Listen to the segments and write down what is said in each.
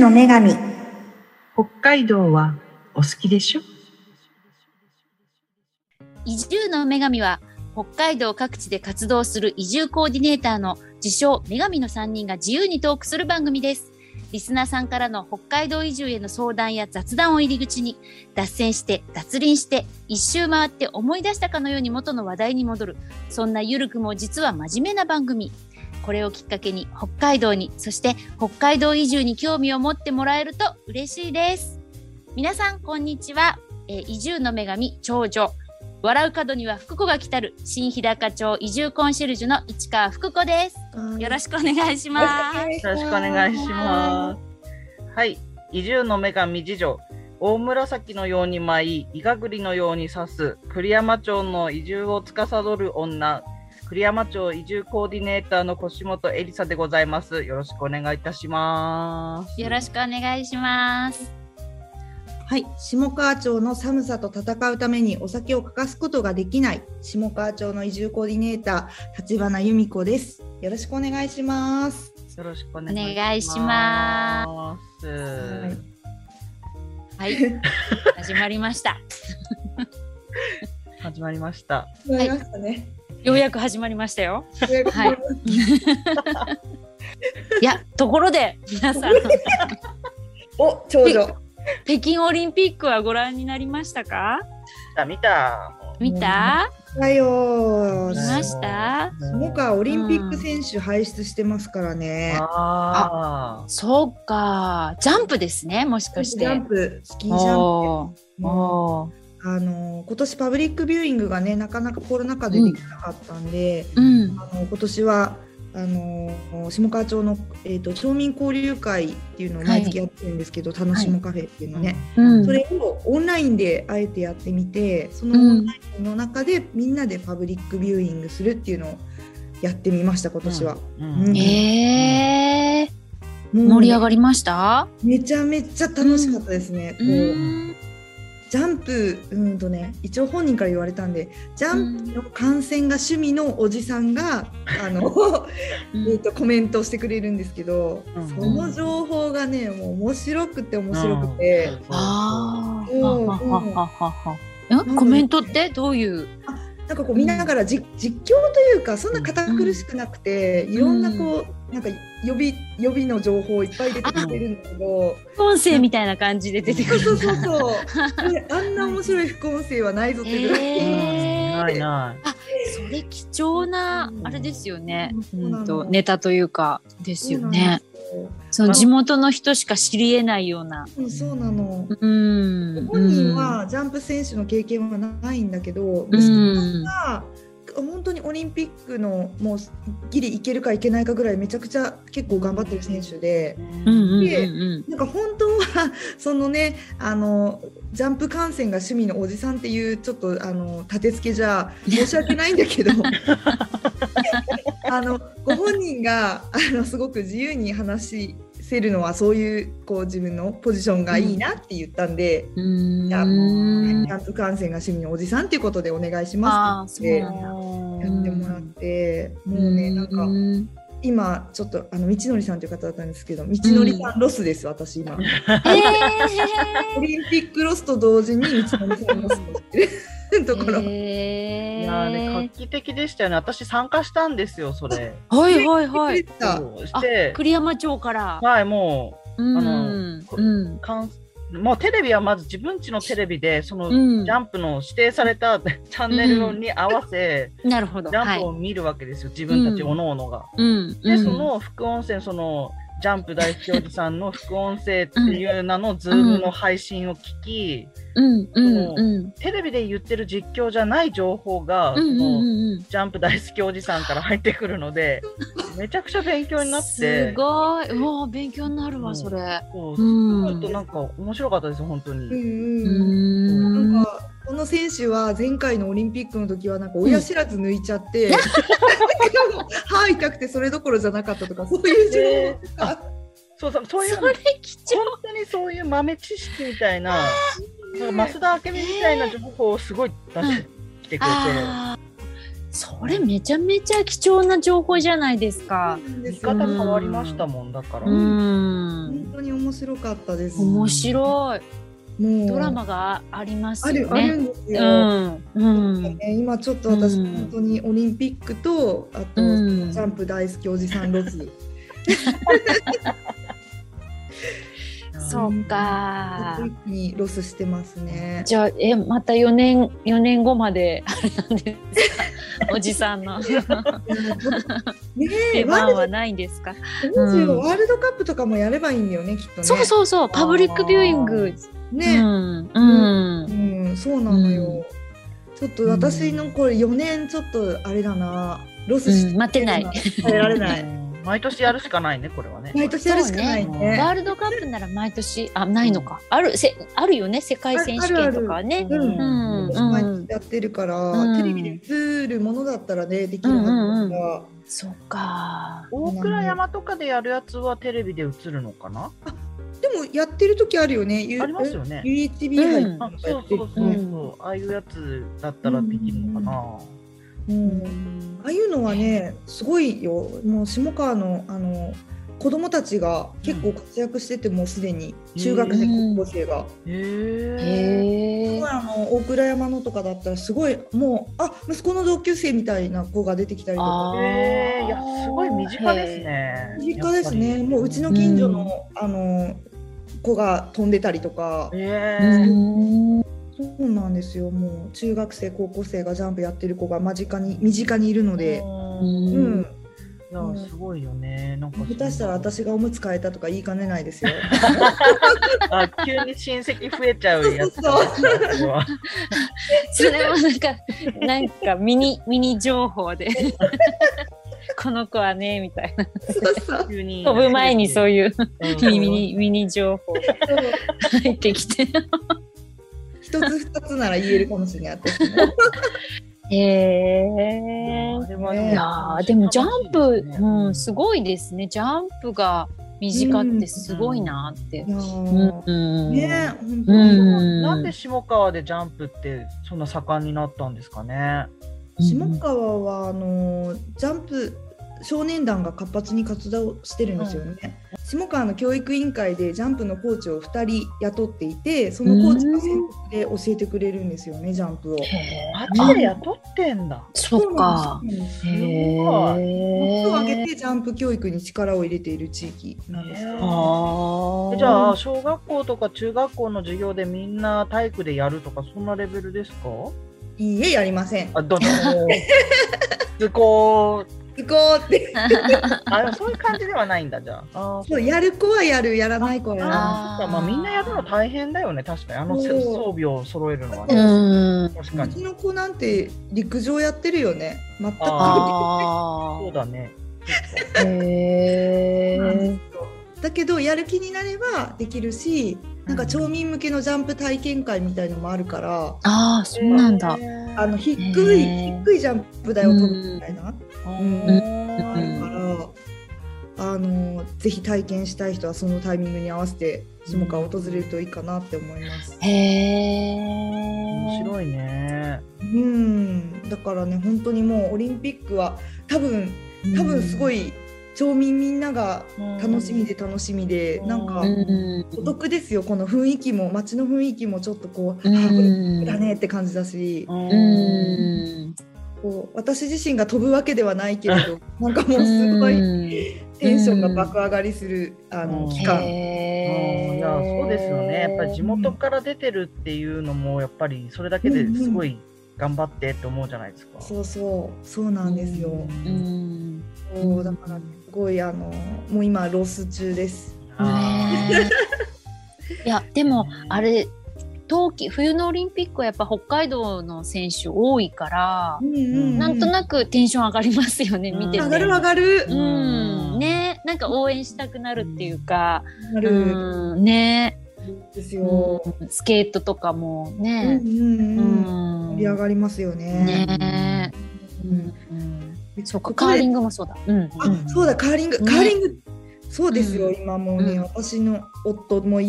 の女神北海道はお好きでしょ移住の女神は北海道各地で活動する移住コーディネーターの自称女神の3人が自由にトークする番組ですリスナーさんからの北海道移住への相談や雑談を入り口に脱線して脱輪して一周回って思い出したかのように元の話題に戻るそんなゆるくも実は真面目な番組これをきっかけに北海道にそして北海道移住に興味を持ってもらえると嬉しいです皆さんこんにちは、えー移住の女神長女笑う角には福子が来たる新日高町移住コンシェルジュの市川福子ですよろしくお願いしますよろしくお願いします。はい、移住の女神次女、大紫のように舞い、イガグリのように刺す、栗山町の移住を司る女、栗山町移住コーディネーターの腰本エリサでございます。よろしくお願いいたします。よろしくお願いします。はい下川町の寒さと戦うためにお酒を欠かすことができない下川町の移住コーディネーター立花由美子ですよろしくお願いしますよろしくお願お願いいししまます。はい、始まりました。始まりました。わかりましたね、ようやく始まりましたよ。はいい、いや、ところで、皆さん、お長女北京オリンピックはご覧になりましたか。あ、見た。見た。だよ見ーました。下川オリンピック選手輩出してますからね、ああ。そうか、ジャンプですね、もしかしジて。ャンプスキージャンおープもおー、うあのー今年パブリックビューイングがねなかなかコロナ禍でできなかったんで、うん、あの今年はあの下川町の、えー、と町民交流会っていうのを毎月やってるんですけど、楽しもカフェっていうのね、うん、それをオンラインであえてやってみてそのうオンんラインの中でみんなでパブリックビューイングするっていうのをやってみました今年は、うんええもう盛り上がりました。めちゃめちゃ楽しかったですね、う、こうんジャンプうんとね一応本人から言われたんでジャンプの観戦が趣味のおじさん が、あのえー、とコメントをしてくれるんですけど、うんその情報がねもう面白くて面白くて、ああ、うんははははは。え、コメントってどういう。なんかこう見ながらじ実況というかそんな堅苦しくなくて、いろんなこうなんか予備予備の情報いっぱい出てきてるんだけど、音声みたいな感じで出て くる。そうそうそうであんな面白い副音声はないぞってぐらい。うんえーないない。それ貴重なあれですよね。そうなうんのとネタというかですよね。そうなんその地元の人しか知り得ないような。ですようんそうなの。うん。本人はジャンプ選手の経験はないんだけど、う息子ん。が本当にオリンピックのもうギリいけるかいけないかぐらいめちゃくちゃ結構頑張ってる選手で。うんうんうんでうん。なんか本当はそのねあのジャンプ観戦が趣味のおじさんっていうちょっとあの立て付けじゃ申し訳ないんだけどあのご本人があのすごく自由に話せるのはそういうこう自分のポジションがいいなって言ったんで、うん。じゃあうんキャンプ観戦が趣味のおじさんっていうことでお願いしあまあ、すそっうてな言っんだ。てやってもらって、もうねなんかうん今ちょっとあの道のりさんという方だったんですけど道のりさんロスです、私今ええオリンピックロスと同時に道のりさんロスとしてるところ、えいえやあれ画期的でしたよね。私参加したんですよ、それ。はいは いはい。さそうして、栗山町から。はい、もうん。のこうんう、。かんもうテレビはまず自分家のテレビで、その、うんジャンプの指定された チャンネルに合わせ、なるほど。ジャンプはいを見るわけですよ、自分たちうんおのおのが。うん。で、うんその副音声、その、ジャンプ大好きおじさんの副音声っていう名のズームの配信を聞き、うんうんうんテレビで言ってる実況じゃない情報が、うんうんそのうんうん。ジャンプ大好きおじさんから入ってくるの で、めちゃくちゃ勉強になって、すごい。もう勉強になるわ、うんそれ。そううちょっん。となんか面白かったです、本当に。うんううんなんん。かこの選手は前回のオリンピックの時はなんか親知らず抜いちゃ って、歯痛くてそれどころじゃなかったとかそういう情で報がそうそうそういうそ本れ貴重。当にそういう豆知識みたいな、なんか増田明美みたいな情報をすごい出してきてくれて、ああ。それめちゃめちゃ貴重な情報じゃないですか。そうなんで見すよ方変わりましたもんだからう。本ん。当に面白かったです。も面白い。うドラマがありますあるよあるね。んですうよ。ん。うん。ね今ちょっと私、うん本当にオリンピックとあと、うんジャンプ大好きおじさんロ スそうか。にロスしてます ね。じゃあえまた4年4年後まであれなんですかおじさんのねえ出ワー番ルはないんですかド当時うんワールドカップとかもやればいいんだよねきっとね。そうそうそうパブリックビューイングうねう、んうんうんそうなのよ。うんちょっと私のこれ4年ちょっとあれだなロスうん待てない耐えられ ない。うん毎年やるしかないね、これはね。毎年やるしかないそうね。ねワールドカップなら毎年あないのかあるせあるよね世界選手権とかねうんうんうん毎日やってるから、うんテレビで映るものだったらねできるはずだから、そうか大倉山とかでやるやつはテレビで映るのかな。でもやってる時あるよね。ゆありますよね UHB うん入あってそうそうそうそう、ああいうやつだったらできるのかな。うんああいうのはねすごいよ。もう下川のあの子供たちが結構活躍しててもうすでに中学生、うん高校生が。へえ。へえあの大倉山のとかだったらすごいもうあ息子の同級生みたいな子が出てきたりとかあへえ、いや、すごい身近ですね。身近ですやっぱねりもううちの近所の,、あの子が飛んでたりとか、へうえ。んそうなんですよもう中学生高校生がジャンプやってる子が間近に身近にいるので、うんうんいや、すごいよね。なんか。下手したら。私がおむつ替えたとか言いかねないですよ。あ、急に親戚増えちゃうやつ。そうう。それもなんかなんかミ ニミニ情報でこの子はねみたいなそうそう急に。飛ぶ前にそういいううミニミニミニ情報入ってきて一つ二つなら言えるかもしれない。私もへあえれはねいやーでもジャンプ、うん、すごいですね。ジャンプが短ってすごいなってい。やうんー、うんね本当うに、んなんで下川でジャンプってそんな盛んになったんですかね。下川はあのージャンプ少年団が活発に活動してるんですよね、下川の教育委員会でジャンプのコーチを2人雇っていてそのコーチが専属で教えてくれるんですよねジャンプを。へーマジで雇ってんだ。そっか。そうなんですへよえ。手を挙げてジャンプ教育に力を入れている地域なんですよ。ああ。じゃあ小学校とか中学校の授業でみんな体育でやるとかそんなレベルですか？いいえやりません。あどうぞ。図工行こうって。あそういう感じではないんだじゃあ。あそうやる子はやる、やらない子はやらなあーそっかまあみんなやるの大変だよね確かにあのせそう装備を揃えるのはうね。ん。確かい。うちにの子なんて陸上やってるよね。全く。あそうだね。あ。へえ。だけどやる気になればできるし、なんか町民向けのジャンプ体験会みたいのもあるから、ああ、そうなんだ。あの低いへー低いジャンプ台を飛ぶみたいな、うんううんんから、あのぜひ体験したい人はそのタイミングに合わせて下川を訪れるといいかなって思います。へえ。面白いね。うん、だからね本当にもうオリンピックは多分多分すごい。い町民みんなが楽しみで楽しみで、うんなんか。うん。お得ですよこの雰囲気も街の雰囲気もちょっとこう、うあこれん。だねって感じだし、うん。うん。こう私自身が飛ぶわけではないけれどなんかもうすごいい。テンションが爆上がりするあのうん期間。うへーんいやそうですよねやっぱり地元から出てるっていうのもやっぱりそれだけですごい頑張ってって思うじゃないですか。そうそうそうなんですよ。うん。そうだからねすごいあのもう今ロス中です。あねえ いやでもねえあれ冬季冬のオリンピックはやっぱ北海道の選手多いから、うんうんうんなんとなくテンション上がりますよね、うん見てく上てがる上がるうるんねなんか応援したくなるっていうか、上がうるんねんですえ、よ。うんスケートとかもうんうね、んうんうん盛り上がりますよね。ねえ、ううんんうんそうかこカこーでリングもそうだ、うんうんあそうだカーリング、ねカーリングそうですよ、うん今もうね、うん私の夫もい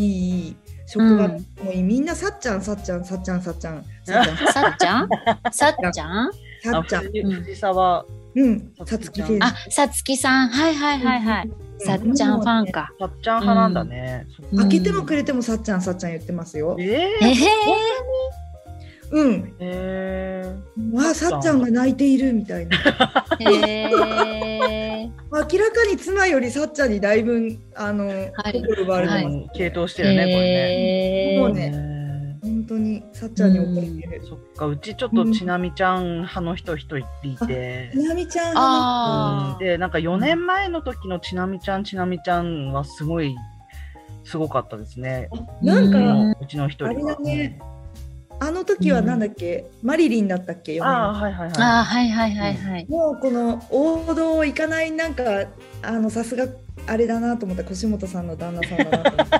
い職場う もいい、みんなさっちゃんさっちゃんさっちゃんさっちゃんさっちゃんさっちゃんさっちゃんさっちゃあん、藤うん藤沢うん、ささつつききちゃ先んあ、さつきさん、はいはいはいはい。生。さっちゃんファン。か。さっちゃん派なんだね。そっかうん開けてもくれてもさっちゃんさっちゃん言ってますよ。ええー、へうん。えー、わあさっちゃんが泣いているみたいな。ー。へー。明らかに妻よりさっちゃんにだいぶあのはい心があるのはいも、系統してるね、これね。へもうー。ねえ本当にさっちゃんに怒ってるー。そっか、うちちょっとちなみちゃん派の人一人いて。みなみちゃんはうんあー。でなんか4年前の時のちなみちゃんちなみちゃんはすごいすごかったですね。なんうかうんちの一人は。あれだねあの時はなんだっけ、マリリンだったっけうんよああはいはいあー、ははいはいはいはい。もうこの王道を行かないなんかあのさすがあれだなと思 った腰本さんの旦那さんだなと思った。い。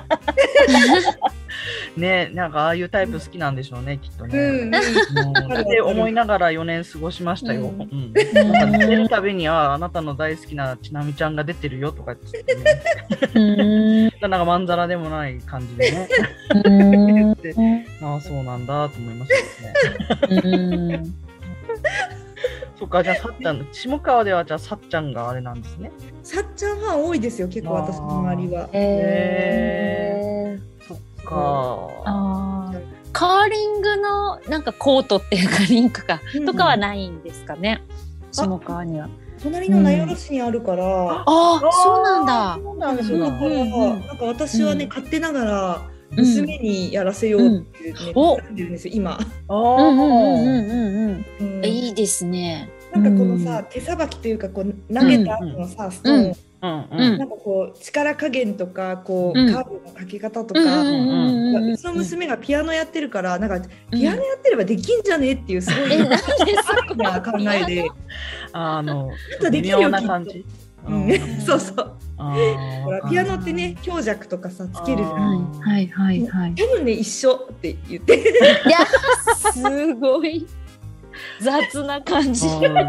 ねなんかああいうタイプ好きなんでしょうねきっとうね。んうんうんって思いながら4年過ごしましたよ。ううんんなんか出るたびにあああなたの大好きなちなみちゃんが出てるよとか言って、ね、うんなんかまんざらでもない感 じでね。うんでああそうなんだと思いましたね。うんそっかじゃあさっちゃん下川ではじゃあさっちゃんがあれなんですね。さっちゃんファン多いですよ結構私の周りは。へー。そっか。あーカーリングのなんかコートっていうかリンクかうんとかはないんですかね。下川には。隣の名寄市にあるから。ああ、ーそうなんだ。そうなんですそうよだうから、なんか私はね、うん勝手ながらん娘にやらせようっていうね、うんお悩んでるんですよ今、あうーんうんうんうんうん。うんえいいですね。なんかこのさ、手さばきというかこう投げた後のさ、ストーンをうんううんんなんかこう力加減とかこう、うんカーブのかけ方とうか、んなかうんうんううんうん。ちの娘がピアノやってるからなんかうんピアノやってればできんじゃねっていうすごいえ、なんで変そこな考えで、あのとで微きるよ妙な感じ。うんうんそうそうあーほわらかるピアノってね強弱とかさつけるじゃんあはいはいはい。多分ね一緒って言っていや、すごい雑な感じ。うん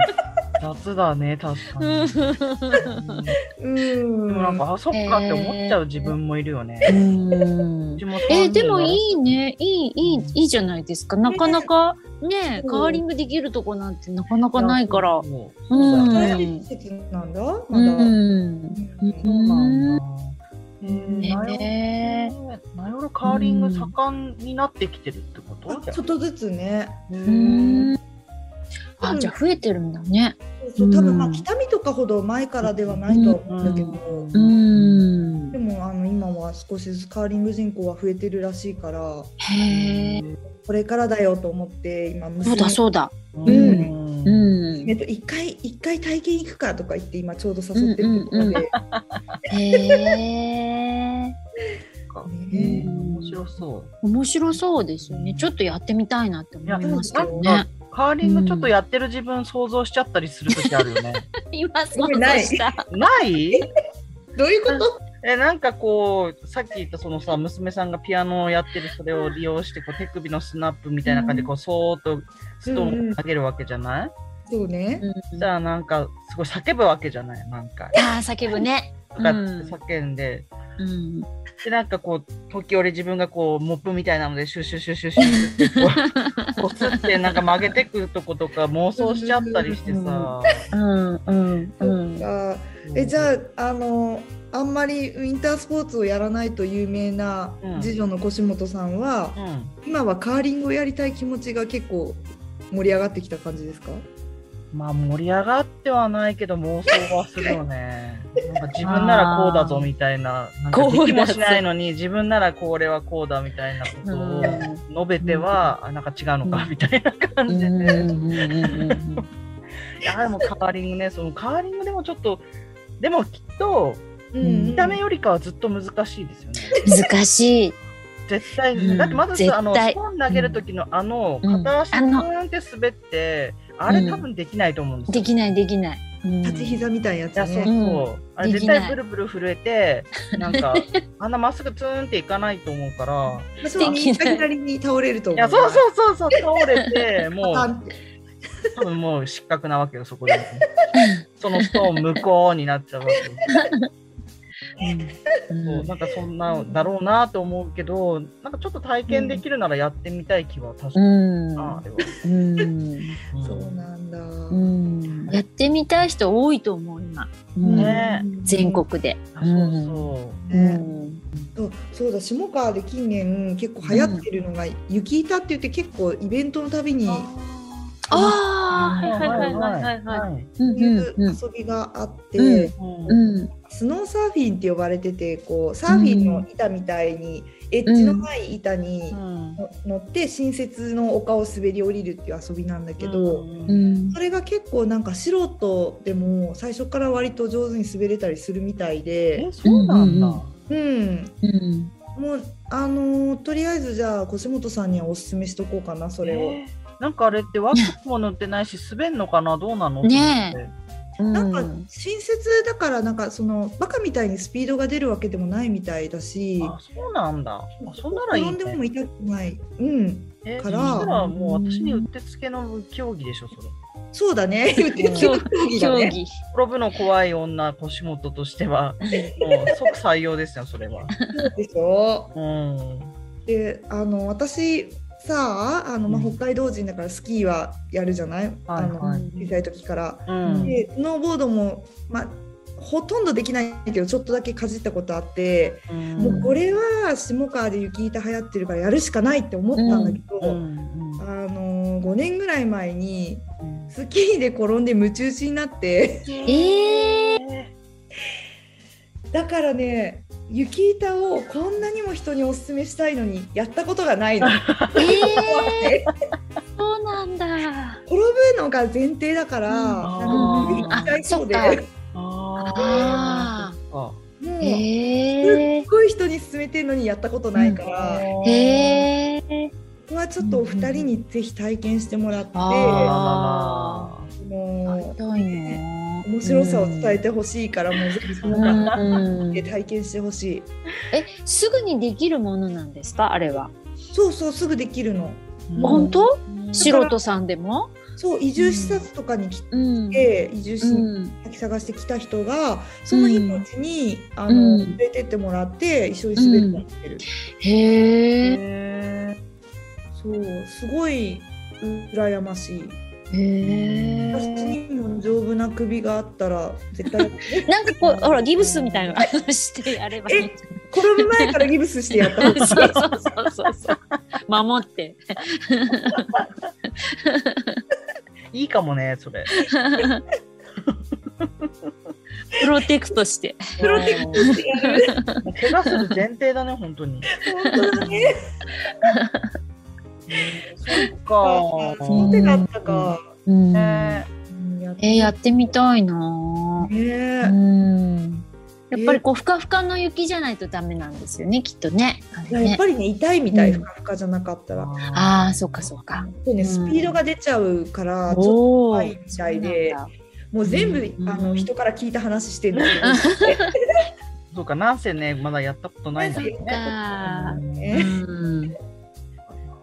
雑だね確かうに。んうんうんでもなんかあそっかって思っちゃう自分もいるよね。うちもそうなえーんだでもいいね、いい、いい、いいじゃないですか。なかなかね、うんカーリングできるとこなんてなかなかないから。そううんそうだ大ね事施設なんだうまだ、ん。うんそうなんだ。えーねなよなよろカーリング盛んになってきてるってことあじゃあちょっとずつねううんん。あ、じゃあ増えてるんだね。そうそう多分まあうん北見とかほど前からではないとは思うんだけど、うんで。もあの今は少しずつカーリング人口は増えてるらしいからへえ。これからだよと思って今そ娘うだ、そうだ。うんんうん。えっと一回一回体験行くかとか言って今ちょうど誘ってるところで、うんうんうんへえ。えーね面白そう。面白そうですよね。ちょっとやってみたいなって思いますけどいやなねん。カーリングちょっとやってる自分想像しちゃったりする時あるよね。今想よくな像いした。ないどういうこと？えなんかこうさっき言ったそのさ娘さんがピアノをやってるそれを利用してこう手首のスナップみたいな感じでこうそーっとストーンを投げるわけじゃない、そうね。じゃあなんかすごい叫ぶわけじゃないなんか。ああ叫ぶね。とかって叫んで、うん。でなんかこう時折自分がこうモップみたいなのでシュッシュッシュッシュッシュッってこうこすってなんか曲げてくとことか妄想しちゃったりしてさ。うんうんうん。あえじゃああのあんまりウィンタースポーツをやらないと有名なうん次女の腰本さんは、うん今はカーリングをやりたい気持ちが結構盛り上がってきた感じですか？まあ盛り上がってはないけど妄想はするよね。なんか自分ならこうだぞみたいな、なんかこうだぞできもしないのに自分ならこれはこうだみたいなことを述べては、あなんか違うのかみたいな感じで、いやでもカーリングね、そのカーリングでもちょっと、でもきっとうん見た目よりかはずっと難しいですよね。難しい。絶対、うんだってまず絶対あのスポン投げる時のあのうん片足あのなんて滑って、あれ多分できないと思うんですよできないできない。立ち膝みたいなやいやつそうね。そう、あれで絶きない対ブルブル震えてなんかあんなまっすぐツーンっていかないと思うからまあそうできない右か左に倒れるとい思やそうそうそうそう倒れて もパうタンって多分もう失格なわけよそこでそのストーン向こうになっちゃうわけよそうなんかそんなだろうなと思うけど、なんかちょっと体験できるならやってみたい気は確かうにんな、あれはうんそうなんだ。うんやってみたい人多いと思う今うんね全国で。あそううねんそうそうだ下川で近年結構流行ってるのが、雪板って言って結構イベントのたびにそう。あああ、はいはいはいはいはい。い。うんいううん遊びがあって、うんうんスノーサーフィンって呼ばれててこうサーフィンの板みたいに、エッジのない板にの乗って新雪の丘を滑り降りるっていう遊びなんだけど、うんそれが結構なんか素人でも最初から割と上手に滑れたりするみたいで、え、そうなんだ。うん、うんもうあのーとりあえずじゃあ腰元さんにはおすすめしとこうかなそれを。えーなんかあれってワックスも塗って ないし、滑んのかな、どうなの。ねえ。なんか新雪だからなんかそのバカみたいにスピードが出るわけでもないみたいだし、あ、そうなんだ。あ、そんならいい、ね。転んでも痛くない。うん、えー、かそらしたらもう私にうってつけの競技でしょ、それ。そうだね。言って競技だ競ね技。転ぶの怖い女、腰元としては、もう即採用ですよ、それは。そうでしょ。うん。で、あの私さああのまあうん北海道人だからスキーはやるじゃない。あのはい小さい時から。うん。で、スノーボードもまあほとんどできないけどちょっとだけかじったことあって。うんもうこれは下川で雪板流行ってるからやるしかないって思ったんだけど、うんあのー、5年ぐらい前にスキーで転んで夢中打ちになって ええだからね雪板をこんなにも人におすすめしたいのにやったことが ないの転ー、ええー、そうなんだ。ぶのが前提だから、うんなんあか痛ーいそうであそっあーそっかもう、ええすっごい人に勧めてるのにやったことないから、こー、ええー、こはちょっとお二人にぜひ体験してもらって、ああーもう面面白さを伝えてほしいから、もうぜひその方で体験してほしい。え、すぐにできるものなんですか、あれは。そうそうすぐできるの。うん本当、うん素人さんでも。そう移住視察とかに来うん。て、移住しうん先探してきた人がその日のうちに、あうのん連れてってもらって一緒に滑るってる。へえへそうすごい羨ましい。へ私えにも丈夫な首があったら絶対えなんかこう、ほら、ギブスみたいなのしてやればいいんじゃ転ぶ前からギブスしてやったな方い。そうがいい。そうそうそう。 守って。ーいいかもねそれ。プロテクトして。プロテクトしてやる。もう怪我する前提だね本当に。本当だね。そっあか。その手があったか。うんねうんやっえー、やってみたいなねえうんー。やっぱりこう、ふかふかの雪じゃないとダメなんですよね、きっとね。あいやれやっねぱりね痛いみたい、うんふかふかじゃなかったら。ああ、そっかそっか。そうね、うんスピードが出ちゃうから、ちょっとお怖おいみたいで、もう全部、うんあの人から聞いた話してるんだそうかなんせねまだやったことないんだよね。あけどーね。うん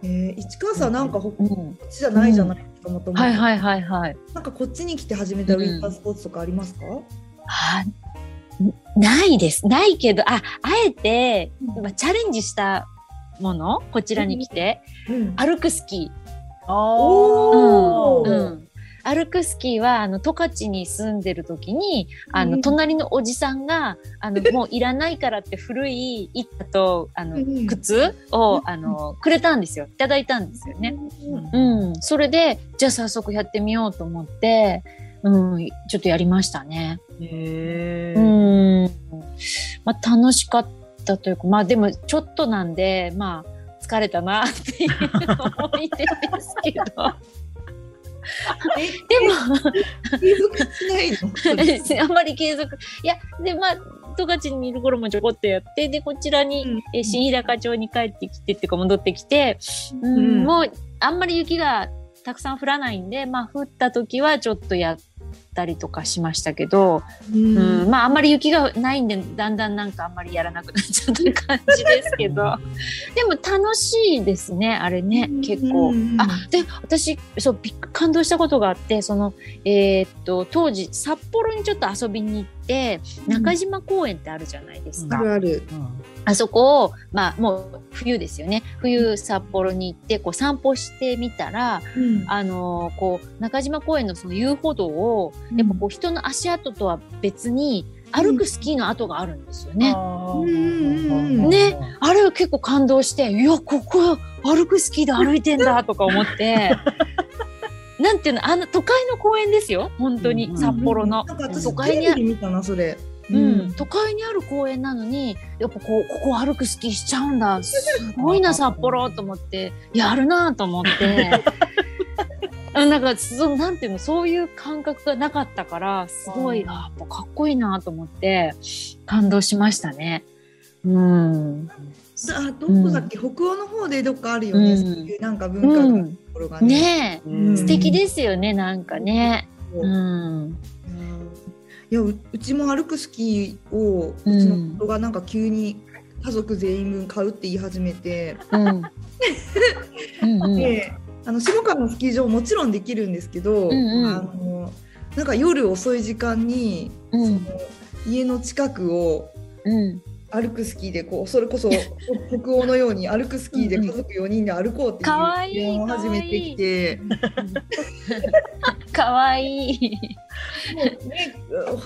えー、市川さんなんかほこうっんちじゃないじゃないですか、もともと。はいはいはいはい。なんかこっちに来て始めたウィンタースポーツとかありますか？あんないです。ないけど、あ、あえて、まあ、チャレンジしたもの、こちらに来て、うん。歩くスキおおーー。うん。歩くスキーは、あの、十勝に住んでる時に、あうの、ん隣のおじさんが、あの、もういらないからって古い板と、あの、うん靴を、あの、くれたんですよ。いただいたんですよね。うん。それで、じゃあ早速やってみようと思って、うん、ちょっとやりましたね。へえ。うん、まあ、楽しかったというか、まあ、でもちょっとなんで、まあ、疲れたなっていう思い出ですけど。で継続しないの。も、あ んまり継続。いや、で、まあ、十勝にいる頃もちょこっとやって、で、こちらに、うんえ新日高町に帰ってきてっていうか戻ってきて、うんうんもうあんまり雪がたくさん降らないんで、まあ、降った時はちょっとやっったりとかしましたけど、うんうんまああんまり雪がないんでだんだんなんかあんまりやらなくなっちゃった感じですけど でも楽しいですねあれねうん結構うん。あで私そうびっく感動したことがあってその、えーっと当時札幌にちょっと遊びに行って中島公園ってあるじゃないですあか。るある。あそこを、まあ、もう冬ですよね冬札幌に行ってこう散歩してみたら、うんあのーこう中島公園のその遊歩道をやっぱこう人の足跡とは別に歩くスキーの跡があるんですよね。うんねあれは結構感動していやここ歩くスキーで歩いてんだとか思ってなんていうのあの都会の公園ですよ本当うんにうん札幌の。なんか私都会にテレビ見たなそれ。うん、都会にある公園なのにやっぱこうここ歩くスキーしちゃうんだすごいな札幌と思ってやるなと思って あなんかそのなんていうのそういう感覚がなかったからすごいうんあやっぱかっこいいなと思って感動しましたね。うん、あどこだっけ、北欧の方でどっかあるよね、うんそういうなんか文化うのとん、ころがね。ねえ、うん素敵ですよねなんかね。こううんうんいやううちも歩くスキーをううんちの夫がなんか急に家族全員分買うって言い始めて、うん、うん うんであの下川のスキー場もちろんできるんですけど、うんうんあのなんか夜遅い時間に、うんその家の近くをうん 歩くスキーでこうそれこそ北欧のように歩くスキーでうんう家ん族4人で歩こうっていうかわいい提案を始めてきて。かわいい。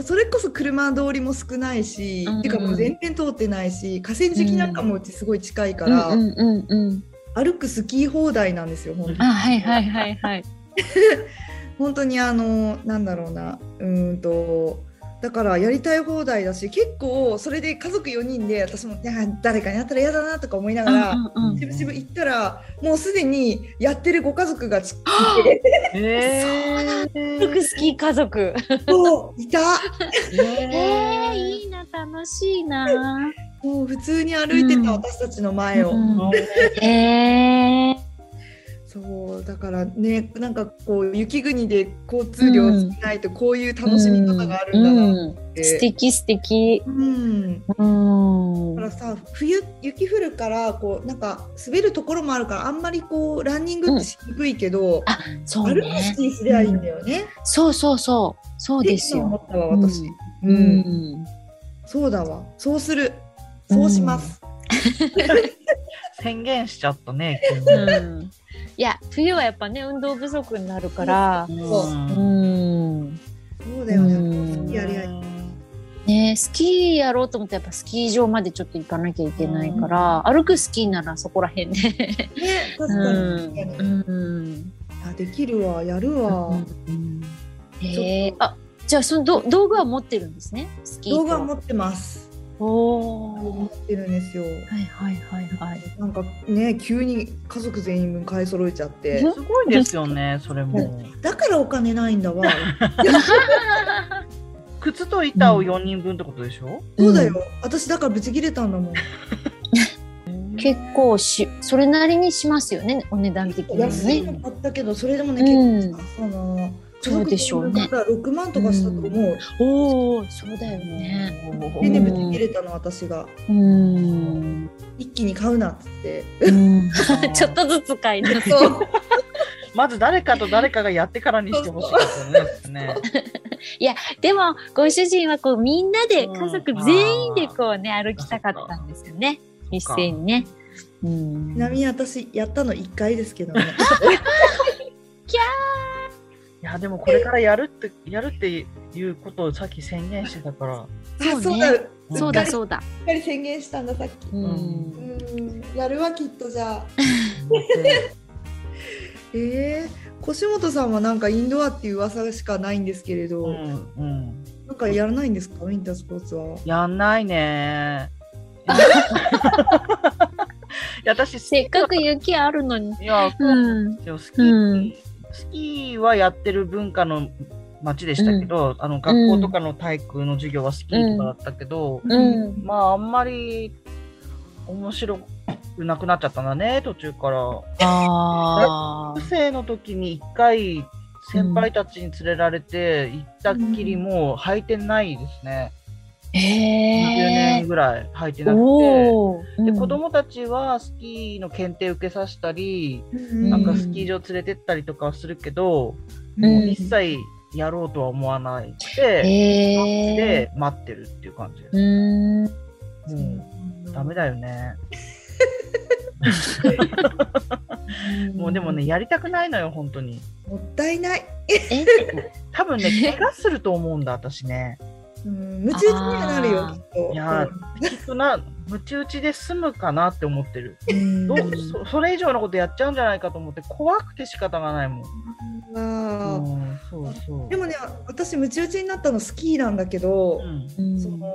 それこそ車通りも少ないし、うんてかもう全然通ってないし河川敷なんかもうちすごい近いから、うんうんうんうん歩くスキー放題なんですよ本当あ、はいはいはいはい。本当にあのなんだろうなうーんとだからやりたい放題だし結構それで家族4人で私もいや誰かに会ったら 嫌だなとか思いながら。うんうんしぶしぶ行ったらもうすでにやってるご家族がちえうん、服スキー家族。 そういたえー、いいな、楽しいな。もう普通に歩いてうんた私たちの前を、えー、そうだからねなんかこう雪国で交通量少ないとこういう楽しみ方があるんだなっうん素て、敵素敵。うんうん。だからさ冬雪降るからこうなんか滑るところもあるからあんまりこうランニングってしにくいけど、そう歩くスね。キーすりゃいいんだよね、そうそうそう。そうでっすてよ。思ったわ私、うんうん。そうだわそうするそうします、宣言しちゃったね。うん。 いや、冬はやっぱね、運動不足になるから。うん。そうだよね、うんスキーやりゃいいね、スキーやろうと思ってやっぱスキー場までちょっと行かなきゃいけないから、歩くスキーならそこら辺で、ね確うかに、ん確かうにんあできるわやるわ、へえあじゃあそのど道具は持ってるんですねスキー動画持ってます持おーってるんですよはいはいはいはいなんかね急に家族全員分買い揃えちゃってすごいですよね、それも。だからお金ないんだわ靴と板を4人分ってことでしょそうだよ、私だからブチ切れたんだもんうん結構しそれなりにしますよねお値段的にも安いねの買ったけどそれでもねう結ん構さそのそうでしょうねだから6万とかしたと思う、おおそうだよねでねうんブチ切れたの私がうん一気に買うなっつってうん ちょっとずつ買いなそう まず誰かと誰かがやってからにしてほしいですよね。でもご主人はこうみんなで家族全員でこうね歩きたかったんですよね一斉にねうんちなみに私やったの1回ですけどねいやでもこれからやるってやるっていうことをさっき宣言してたから。あ そうねだうにそうだそうだっかり宣言したんださっきううんんやるわきっとじゃ あえー、腰本さんはなんかインドアっていう噂しかないんですけれど、うんうん。なんかやらないんですかウィンタースポーツは。やんない ね。いや私せっかく雪あるのにいやうんでもスキー、うんスキーはやってる文化の町でしたけど、あの学校とかの体育の授業はスキーとかだったけど、うんまああんまり面白くなくなっちゃったんだね途中から。あ学生の時に一回先輩たちに連れられて行ったっきりもう履いてないですね。20年えぐらい履いてー、なくて。おお。で子供たちはスキーの検定受けさせたり、うんなんうかんスキー場連れてったりとかはするけど、うんもう一切やろうとは思わないえで、えで待ってるっていう感じですー。う。ーん。もうダメだよ ね。もうでもね、やりたくないのよ、本 当に。もったいない。え、多分ね、怪我すると思うんだ、私ね。うん、夢中にはなるよ、あーきっと。いやきっとな、むち打ちで済むかなって思ってる。うんどうそそれ以上のことやっちゃうんじゃないかと思って、怖くて仕方がないもん。あーうんそうそう。でもね、私、夢中打ちになったのスキーなんだけどう、ん、うんその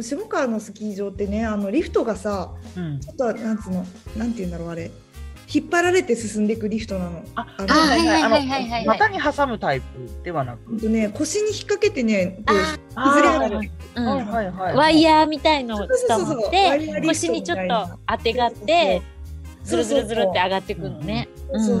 下川のスキー場ってね、あのリフトがさ、うん。ちょっとなんつうの、なんて言うんだろう、あれ、引っ張られて進んでいくリフトなの。あああのはいはいあはいはいはいの股に挟むタイプではなほんく。とね、腰に引っ掛けてね、こうあ崩れー上がるはいうんはいはいはい。ワイヤーみたいのをそう伝そうわそっうてワイヤーリフトみたいな腰にちょっと当てがってずるずるずるって上がってくのね。そうそううん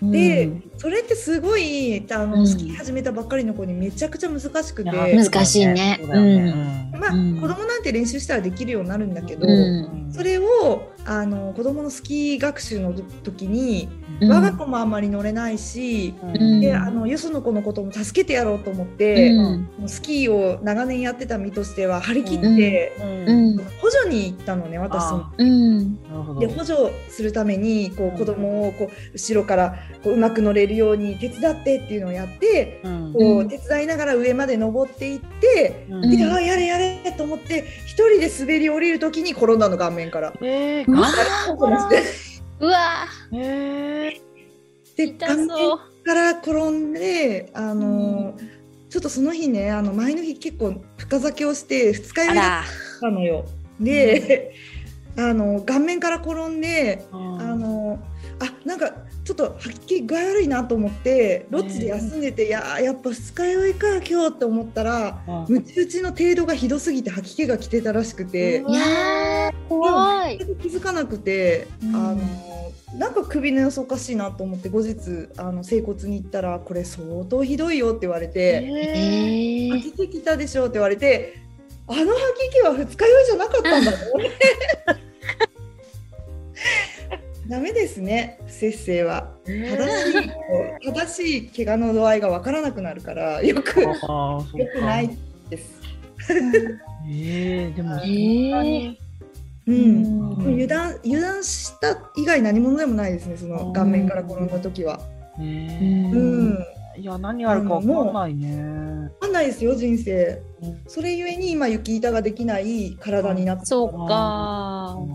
そう。で、それってすごいあの、うんスキー始めたばっかりの子にめちゃくちゃ難しくて、いや難しいねそうだよねうまあ、うん子供なんて練習したらできるようになるんだけど、うんそれをあの子供のスキー学習の時に、うん我が子もあんまり乗れないし、うんであのよその子のことも助けてやろうと思っうて、んスキーを長年やってた身としては張り切って、うんううんん補助に行ったのね私あうんーなるほど。で補助するためにこうんう子供をこう後ろからこううまく乗れるように手伝ってっていうのをやってうんこうんう手伝いながら上まで登っていって、うんであーやれやれと思って一人で滑り降りる時に転んだの顔面から。えーうわ うわえでー痛顔そ面う。から転んであのーちょっとその日ねあの前の日結構深酒をして二日酔あいだっら。たのよ。で、 あの顔面から転んでー、あのあなんかちょっとはっきり具合悪いなと思ってロッツで休んでて、いやーやっぱ二日酔いか今日って思ったらうんむち打ちの程度がひどすぎて吐き気が来てたらしくてういんやー怖い。全く気づかなくて、うんあのなんか首の様子おかしいなと思って後日あの整骨に行ったらこれ相当ひどいよって言われてええ「ー吐き気きたでしょ」って言われて「あの吐き気は二日酔いじゃなかったんだ」と思って。ダメですね不摂生は。ー正しい正しい怪我の度合いが分からなくなるからよくよあーそうかくないです。えーでもえそんなにうん。うん油断油断した以外何者でもないですねその顔面から転んだ時は。ねううんん。いや何があるかわかんないねわかんないですよ人生うん。それゆえに今雪板ができない体になって、そうかま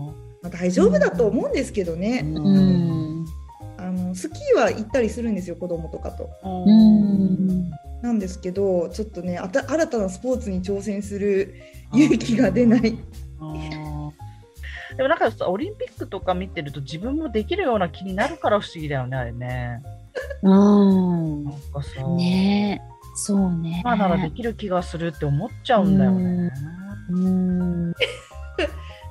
あ、大丈夫だと思うんですけどね。ううんんあのスキーは行ったりするんですよ子供とかと。うんなんですけどちょっとねあた新たなスポーツに挑戦する勇気が出ない。あーでもなんかさオリンピックとか見てると自分もできるような気になるから不思議だよねあれねうんなんかさねえそうね今ならできる気がするって思っちゃうんだよねうん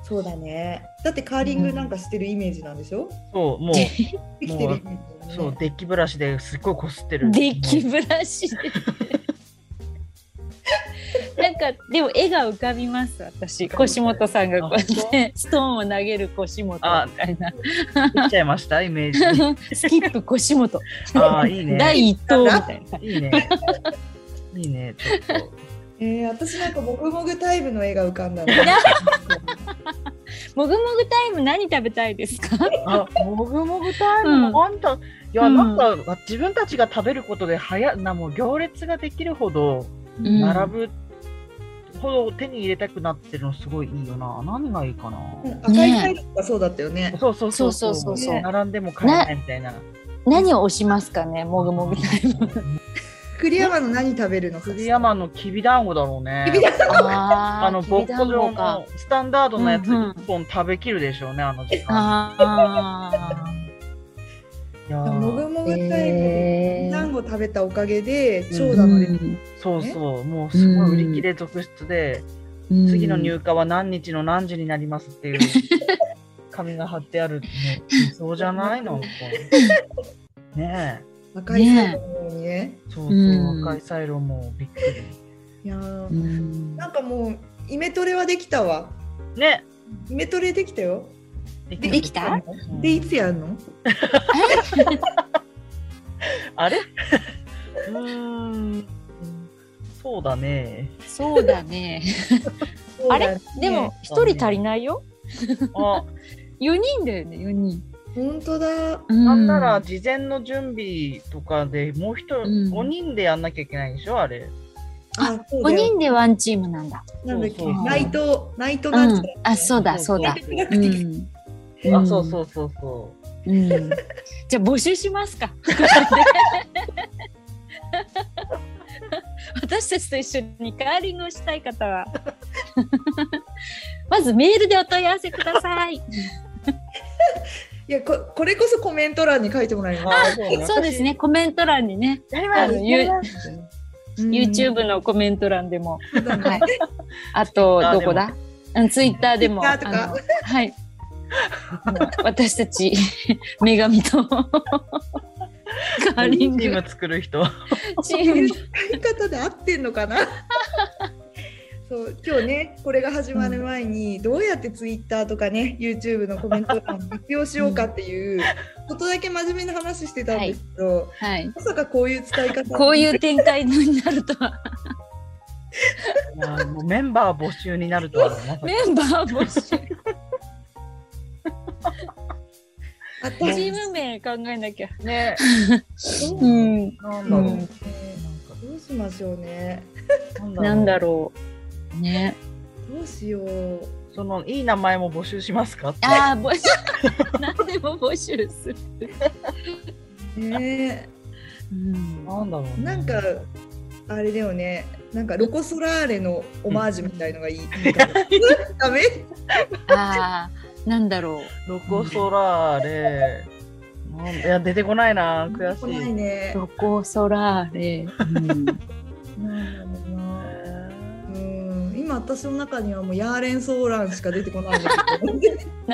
そうだね。だってカーリングなんかしてるイメージなんでしょ？そうもうできてるイメージだね。そう、デッキブラシですっごいこすってる。デッキブラシで。なんかでも絵が浮かびます私腰元さんがこうやってストーンを投げる腰元みたいなできちゃいました、イメージ。スキップ腰元ああ、いいね。第一投みたいないいね。いいね、ちょっと。えー、私なんかもぐもぐタイムの絵が浮かんだの。もぐもぐタイム何食べたいですかあ、もぐもぐタイム、うんあんた、いや、なんか、自分たちが食べることで、はや、な、もう行列ができるほど、うん並ぶ。ほど手に入れたくなってるのすごいいいよな。何がいいかな。赤いタイムがそうだったよね。そうそうそうそうそうそうそう並んでも買えないみたいな。何を押しますかねもぐもぐタイムクリアマの何食べるのか。杉山のきびだんごだろうね。きび ああの、ぼっこ状のスタンダードなやつうんうん1本食べきるでしょうね、あの時間。あいやもーぐもぐタイムでえ何個ー食べたおかげでう長蛇の列。んそうそう、もうすごい売り切れ続出で、うん次の入荷は何日の何時になりますっていう 紙が貼ってある。ね、そうじゃないの。ねえ。赤いサイロンのようにね。そうそう、うん赤いサイロンもびっくいやーうんなんかもうイメトレはできたわ。り。ね。イメトレできたよ。できたうんでいつやるの？あれ うーん。そうだね。そうだね。あれでも一人足ない。りないよ。 あ、四人だよね、四人。本当だ。なんだなら事前の準備とかでもう一うん人、五人でやんなきゃいけないでしょあれ。あ、そう五だよ。人でワンチームなんだ。なんだっけそうそうそうナイトナイトうなんん。あ、そうだ、そうだ。ううん。んあ、そううそうそうそ。ん。うんじゃあ募集しますか。私たちと一緒にカーリングをしたい方は。 まずメールでお問い合わせください。いやここれこそコメント欄に書いてもらいうます。あそうです。ね、コメント欄にね、やりあますの、ゆうん YouTube のコメント欄でも、そうだねはいあと、どこだうん、ツイッターでも、 Twitter とかあのはい。 あの私たち、 女神と、カーリンチーグム作る人。チーム。言い方で合ってんのかな そう今日ねこれが始まる前にどうやってツイッターとかね YouTube のコメント欄を発表しようかっていうちょっとだけ真面目な話してたんですけど、はい。まさかこういう使い方こういう展開になると は、いやもうメンバー募集になるとは、まさかメンバー募集、あチったーム名考えなきゃ。ね。うん。なんだろう。うなんんかどうしましょうねなんだろう。ね。どうしようう。そのいい名前も募集しますかって。ああ、募集。 何でも募集する。ねうんなんだろうね、なんかあれだよねなんかロコ・ソラーレのオマージュみたいのがい い、ダメああ、なんだろう。ロコソラーレ。なんいや出てこないな来悔ないしい。ねロコソラーレ。うんなんだろうなうん今私の中にはもうヤーレンソーランしか出てこないんだけど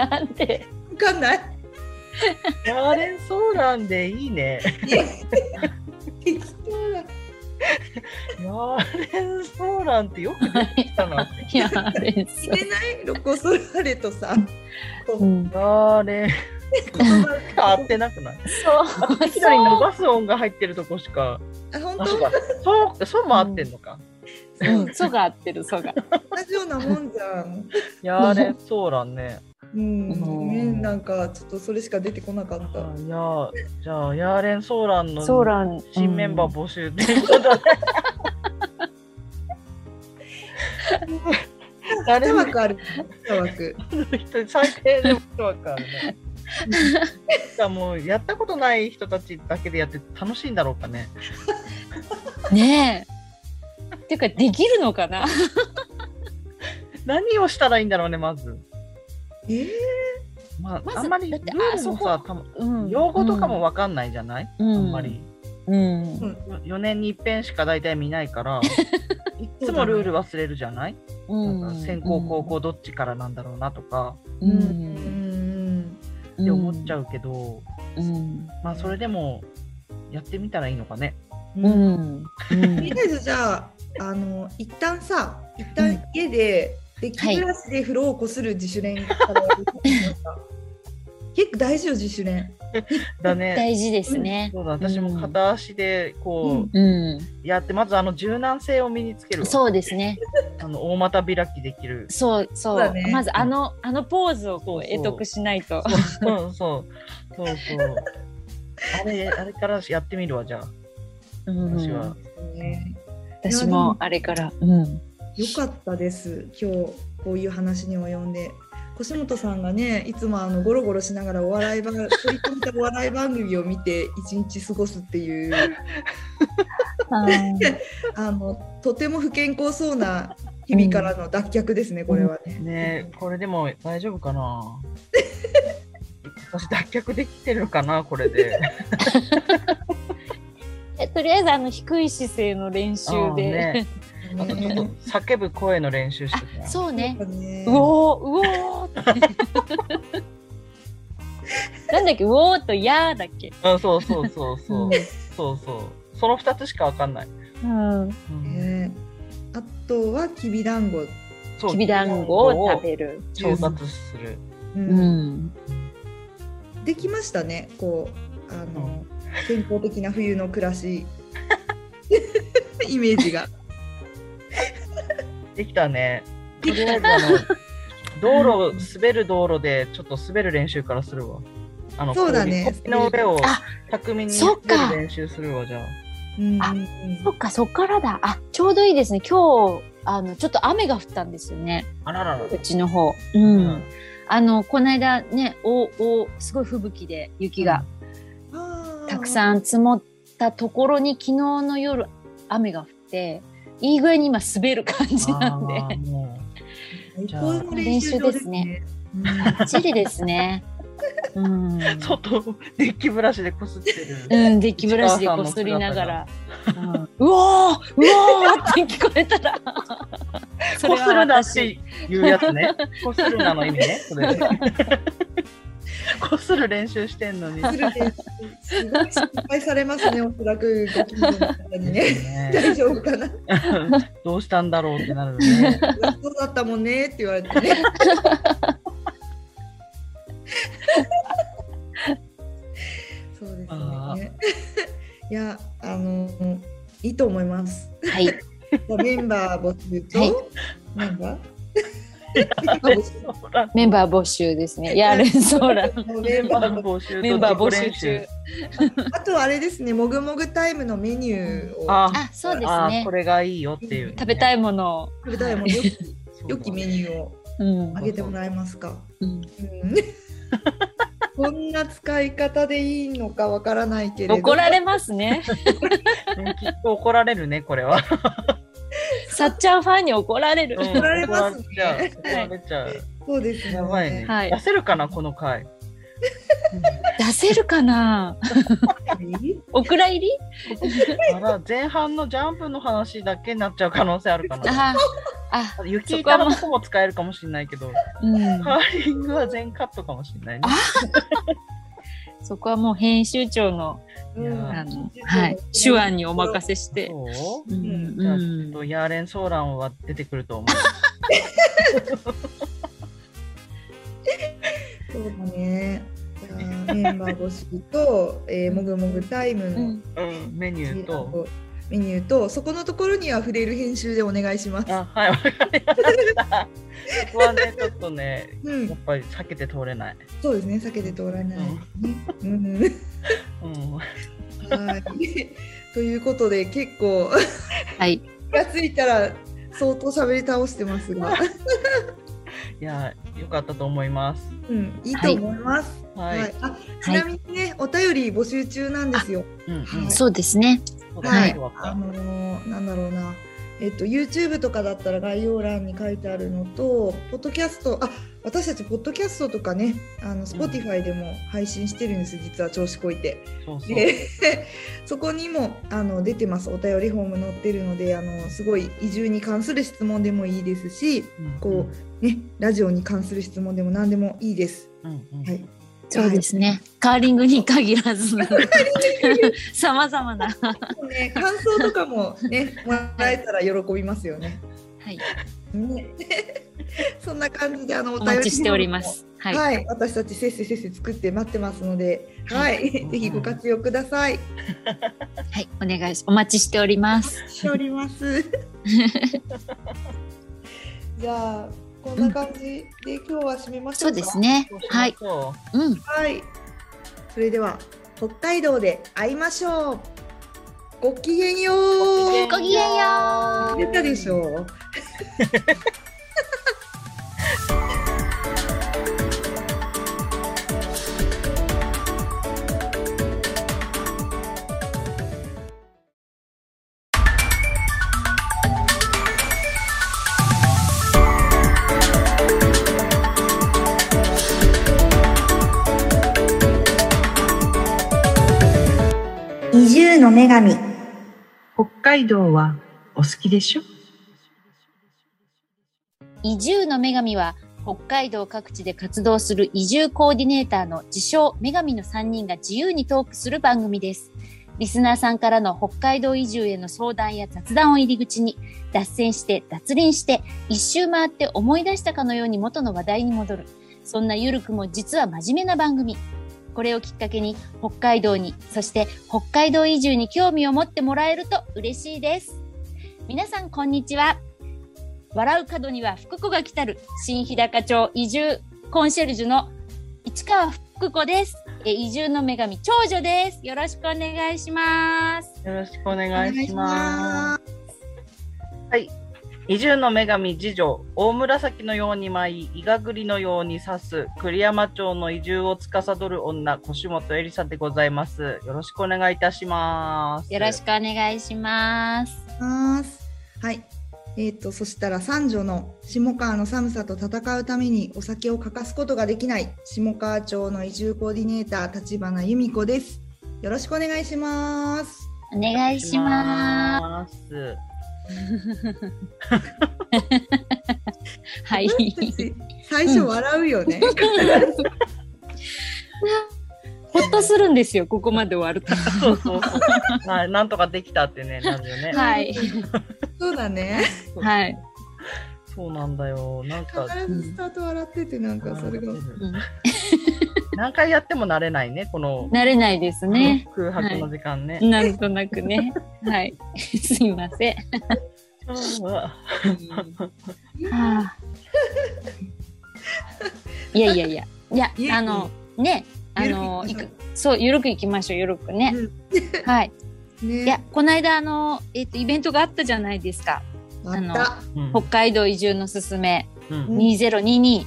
わなんで。かんないヤーレンソーランでいい ね。適当だヤーレンソーランってよく出てきたな。いや、あれ。そ入うれないロコ・ソラーレとさうんヤーレン。合ってなくない。そう。一人伸ばす音が入ってるとこしか。あ本あそう当か。そう、そうも合ってんのか。うん、そが合ってる、そが。同じようなもんじゃんヤーレンソーランね。うんうんごめんなんかちょっとそれしか出てこなかっあたいやー、じゃあヤーレンソーランの。ソーラン。新メンバー募集っていうことで。誰二も枠ある二枠人最低でもわかるね。じゃあもうやったことない人たちだけでやって楽しいんだろうかね。うん。ねえ。ていうか、できるのかな。何をしたらいいんだろうねまず。えー、まあ、まずあんまりだルってーあルそもこさ、たまうん用語とかもわかんないじゃない、うんあんまり。うん。よ4年に一遍しか大体見ないから、いっつもルール忘れるじゃない、うなんん。か先行後攻どっちからなんだろうなとかうん。う。うんんって思っちゃう。うけど。うん。まあそれでもやってみたらいいのかね。うんううんん。とりあえずじゃああの一旦さ一うん旦家で、デッはいキブラシで風呂をこする自主練からやってみました、結構大事よ自主練だね。大事ですね。そうだ私も片足でこうん。うやって、まずあの柔軟性を身につけるわそうですね。。あの大股開きできるそう、そうだねう。まず、あの、あのポーズをこうそうそう得得しないと。そうそうそうそう。あれあれからやってみるわじゃあうん私は。ね私もあれから。うん。よかったです今日こういう話に及んで腰本さんがねいつもあのゴロゴロしながらお笑い番取り組みたお笑い番組を見て一日過ごすっていうあのとても不健康そうな日々からの脱却ですね、これはね。ねえこれでも大丈夫か な。私脱却できてるかなこれで。 え とりあえずあの低い姿勢の練習あーで、ねあとちょっとね叫ぶ声の練習してた。そうねねうおーうおーってなんだっけ、うおーとやーだっけ。うん、そうそうそうそうう。そうそう。その二つしかわかんない。うん。うんねあとはきびだんご、そうきびだんごを食べる。きびだんごを調達する。ううんん。できましたねこうあの健康的な冬の暮らし イメージができたね。とりあえずあ の道路滑る道路でちょっと滑る練習からするわ。あのそうだね氷の上をあ巧みにそ滑っかる練習するわじゃあ。うんあそっか、そっからだ。あ、ちょうどいいですね。今日、あの、ちょっと雨が降ったんですよね。あららら。うちの方。う。うんあの、この間ね、お、お、すごい吹雪で雪がたんくさん積もったところに、昨日の夜、雨が降って、いい具合に今滑る感じなんであ。 ーも最高の練習場ですね。バッチリですね。うん。う外をデッキブラシでこすってうる。ん、デッキブラシでこすりながら。うんうおーうおーって聞こえたら。 そこれすはるなっ私ていうやつね。こするなの意味ね。それでこする練習してんのに。する練習すごい心配されますね、おそらくご近所の方にね。ね大丈夫かなどうしたんだろうってなるよね。美味しそうだったもんねって言われてね。そうですあね。いや、あの、いいと思います。はい。メンバー募集と、はいメンバー。メンバー募集です ね。やれそうだ。メンバー募募集とメンバー募自集己中。あとあれですね、もぐもぐタイムのメニューを。ああ、そうですあーねこ。れがいいよっていう、食べたい。いものを。食べたいもん良きそう良きメニューをうんあ。げてもらえますか。うんうん こんな使い方でいいのかわからないけれど。怒られます ね。ねきっと怒られるね、これは。さっちゃんファンに怒られる。うん怒られますね怒られちゃう。怒られちゃう。そうですね。やばいね。はい出せるかな、この回。出せるかな。お蔵入り。あら、前半のジャンプの話だけになっちゃう可能性あるかな。あー、あ、雪板のとこも使えるかもしれないけど、うん。カーリングは全カットかもしれないね。そこはもう編集長の、うんいやあ編の集、長のはい、手腕にお任せして。そううんんじゃあきうっんとヤーレンソーランは出てくると思う。そうだね。じゃあメンバー募集と、えー、もぐもぐタイムうのん うん、メニューと。メニューと、そこのところには触れる編集でお願いします。あ、はい、わかりました。そこはね、ちょっとね、うやっん、ぱり避けて通れない。そうですね。避けて通らないですね。うん、うん。はい。ということで、結構はい、気がついたら相当喋り倒してますが、いや、良かったと思います。うん、いいと思います。はい。はい、あちなみにね、お便り募集中なんですよ。うん、うん。はいそうですね。そうだはいねわかあっのーなんだろうな、えっと YouTube とかだったら概要欄に書いてあるのと、ポッドキャストあ私たちポッドキャストとかね、あの Spotify でも配信してるんです、実は調子こいて。たそうそう。でそこにもあの出てますお便りフォーム載ってるのであのすごい移住に関する質問でもいいですしうんこう、ね、ラジオに関する質問でも何でもいいです。うん、うん、はいそうですね。カーリングに限らず、さまざまな、ね、感想とかもね、もらえたら喜びますよね。はい、ね そんな感じで、あの、おお便り待ちしておりま。す。は、はいい、私たちせっせせっせ作って待ってますので、はい、 ぜひご活用ください。はい、お願いし、お待ちしております。しております。 じゃあ、こんな感じで、今日は締めましょそううか。です。ねそうし。まはいし、ょう。うん、はい。それでは、北海道で会いましょう。ごきげんよう。ごきげんよう。出たでしょう。移住の女神北海道はお好きでしょ移住の女神は北海道各地で活動する移住コーディネーターの自称女神の3人が自由にトークする番組です。リスナーさんからの北海道移住への相談や雑談を入り口に、脱線して、脱輪して、一周回って思い出したかのように元の話題に戻る。そんなゆるくも実は真面目な番組。これをきっかけに北海道に、そして北海道移住に興味を持ってもらえると嬉しいです。皆さん、こんにちは。笑う角には福子が来たる、新日高町移住コンシェルジュの市川福子です。え移住の女神長女です。よろしくお願いします。よろしくお願いします。はい。移住の女神次女、大紫のように舞い、伊賀栗のように刺す、栗山町の移住を司る女、腰本エリサでございます。よろしくお願いいたします。。よろしくお願いします。ます。はい。えっ、と、そしたら三女の下川の寒さと戦うためにお酒を欠かすことができない下川町の移住コーディネーター立花由美子です。よろしくお願いします。お願いしますす。 はい。私最初笑う よね。ほっとするんですよ、ここまで終わると。そうそうそう。はい、なんとかできたってね、なるよね。はい。そうだね。はい。そうなんだよ。なんか、必ずスタート笑っててなんかそれが。何回やっても慣れないね、この慣れないですね。空白の時間ね。なんとなくね。はい。すいません。うはあいやいやいや。いや、あの、ね、あの、ゆいるく行きましょうく、そう、ゆるく行きましょう、ゆるくね。 はい。ね。いや、この間、あの、えっと、イベントがあったじゃないですか。あっのた。ん北海道移住のすすめうん2022。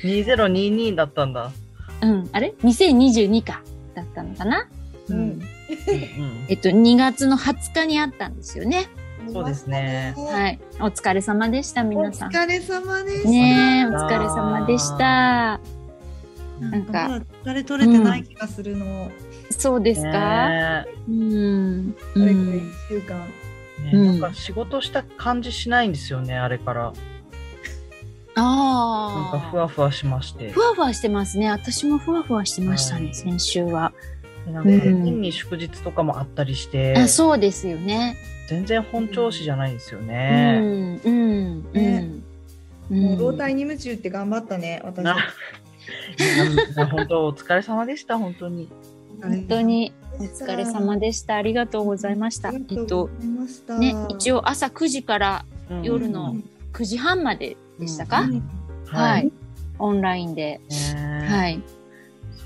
2022だったんだ。うん、あれ ?2022 か。だったのかなううんん。うんうんえっと、2月の20日にあったんですよね。そうですねは。はいい。お疲れ様でした、お皆さん。疲れ様でした。ねえ、お疲れ様でした。なんかなんかまだ誰取れてない気がするの。そうですか、ねえうん。あうれこれ一ん週間。ねうんなんか仕事した感じしないんですよね、あれから。なんかあふあ。わふわしましてふ。わふわしてますね。私もふわふわしてましたはね、い先週は。なんかうん変に祝日とかもあったりして、あそうですよね。全然本調子じゃないんですようね。ん、うん、うん。もうう老ん体に夢中って頑張ったね。私。ないや本当お疲れ様でした、本当に。本当にお疲れ様でした。ありがとうございました。あえりがっとうとご、ざいました。ね、一応朝9時からうん夜の9時半まででしたか、うんははい。い。オンラインで。ねえはい。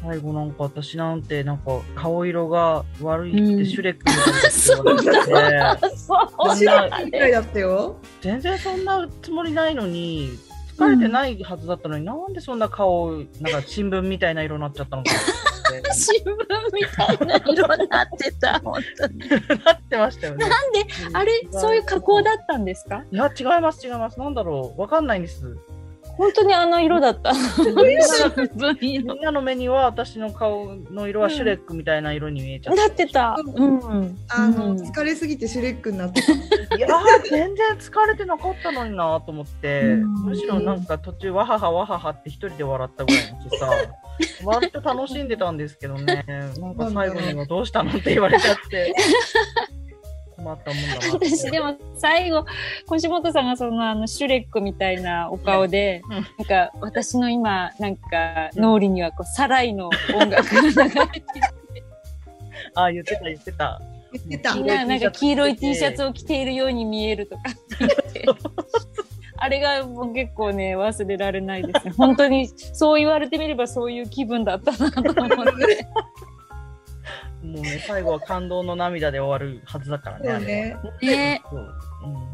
最後なんか私なんてなんか顔色が悪いっうてんシュレックに言われ て、そうお知らせみたいだったよ。全然そんなつもりないのに疲れてないはずだったのに、なんでそんな顔なんか新聞みたいな色になっちゃったのかなって新聞みたいな色になって た。本当に。なってましたよね。なんで、あれ、そういう加工だだったんですかいや違います違いますなんだろうわかんないんです本当にあの色だった。 新聞み色。んなの目には私の顔の色はシュレックみたいな色に見えちゃっなってた。うん。あの、うん疲れすぎてシュレックになってた。て、いやー全然疲れてなかったのになと思って、うんむしろなんか途中わははわははって一人で笑ったぐらい のしさ割と楽しんでたんですけどねなんか最後にはどうしたのって言われちゃって困ったもんだなって私でも最後、腰元さんがそのあのシュレックみたいなお顔で、うんうんなんか私の今、なんか脳裏にはこう、サライの音楽が流れてあ言ってた言ってた言ってた。うみねんんななんか黄色い T シャツを着ているように見え るとかって言ってあれがもう結構ね忘れられないですね本当にそう言われてみればそういう気分だったなと思 ってもうね最後は感動の涙で終わるはずだからねそうね。あれねはそううん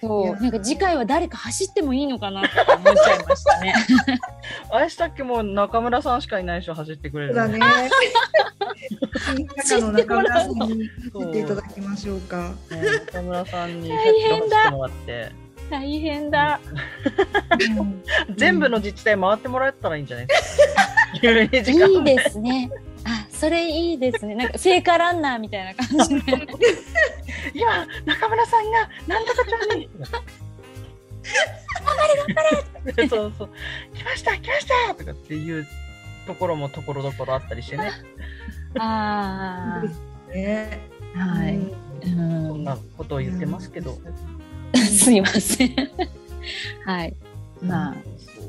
そうなんか次回は誰か走ってもいいのかなとか思っちゃいました ねあれしたっけもう中村さんしかいないでしょ走ってくれそうるだのね。新中の中村さんに見ていただきましょうか。ね中村さんにヘッ大ド変走っだてもらって大変だ全部の自治体回ってもらえたらいいんじゃ ないですか急に時間いいですねあそれいいですねなんか聖火ランナーみたいな感じで今中村さんがなんとかちゃんに そうそう来ました来ましたとかっていうところもところどころあったりしてね あね。あ、はい。うそんん、なことを言ってますけど、すいません。はい。まあ、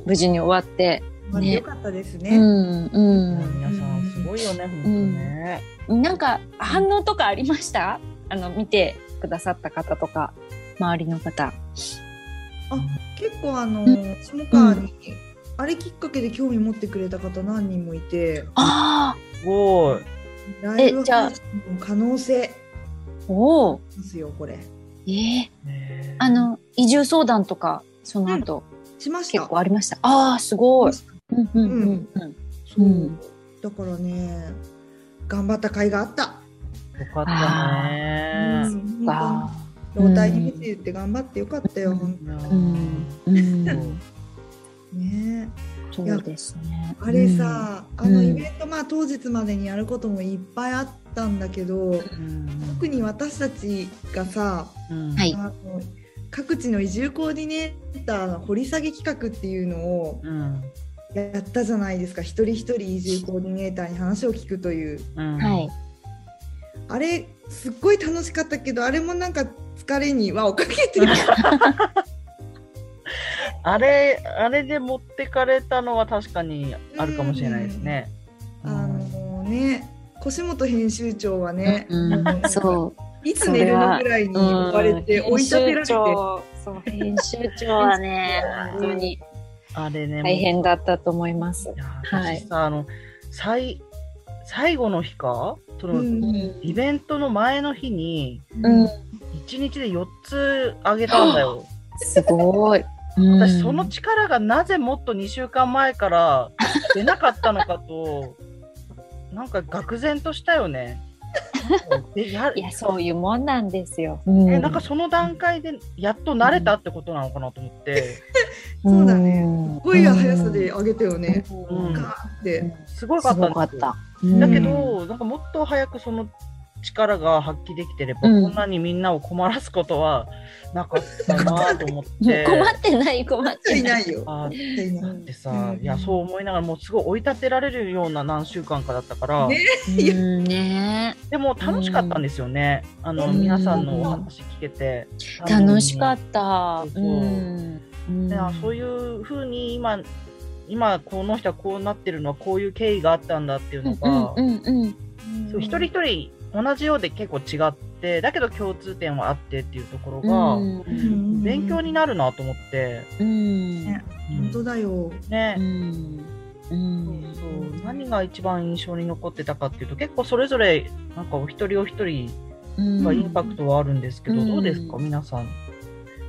無事に終わって。まあ、ねよかったですうね。ん、う皆さんすごいよね、本当ね。ん。なんか反応とかありましたあの、見てくださった方とか、周りの方。結構あのう下川に、あれきっかけで興味持ってくれた方何人もいて、ああ、すごい。ライブじゃあ配信の可能性おお。ですよこれ。ええねあ、の、移住相談とか、その後、しました結。構ありました。ああ、すごい。うん、うん、うん、うん。そう、うんだからね、頑張った甲斐があった。よかったうね。ん本わあ。当に老体に見て言って頑張ってよかったよ。うんいやーうん、うん。ね、そうですね。あれさ、あのうんイベント、まあ当日までにやることもいっぱいあったんだけど、うん特に私たちがさ、うんはいあの各地の移住コーディネーターの掘り下げ企画っていうのをうんやったじゃないですか一人一人移住コーディネーターに話を聞くといううんうん。はい。あれすっごい楽しかったけどあれもなんか疲れに輪をか けてるあれ、あれで持ってかれたのは確かにあるかもしれないですね。あのね腰元編集長はね、うんあの そう。いつ寝るのぐらいに追われて追い立てられてそう編集長はね本当にあれね、大変だったと思いますい。やーはい私さ、あの、最、最後の日かその、うんうんイベントの前の日に、うん、 1日で4つあげたんだよ。すごい。私その力がなぜもっと2週間前から出なかったのかと なんか愕然としたよ ね。でやいやそういうもんなんですよ。うんえなんかその段階でやっと慣れたってことなのかなと思って、そうだねんすごい速さで上げたよね、うんうんガーって、すごいかすったごんかでっすよた。だけうんどなんかもっと早くその力が発揮できてれば、うんこんなにみんなを困らすことはなかったなと思って。 困ってない困っいてない。ないよあーいないでさ、うんいやそう思いながらもうすごい追い立てられるような何週間かだったから、ねうんねでも楽しかったんですよね。あの、うん皆さんのお話聞けて。楽しかった。そううんねあそういうふうに今、今この人はこうなってるのはこういう経緯があったんだっていうのがう、んうんそう一人一人同じようで結構違って、だけど共通点はあってっていうところうが、んうん勉強になるなと思って。うんねうん本当だよ、ね、うんうんそうそう何が一番印象に残ってたかっていうと結構それぞれなんかお一人お一人うんがインパクトはあるんですけど、うんどうですか皆さん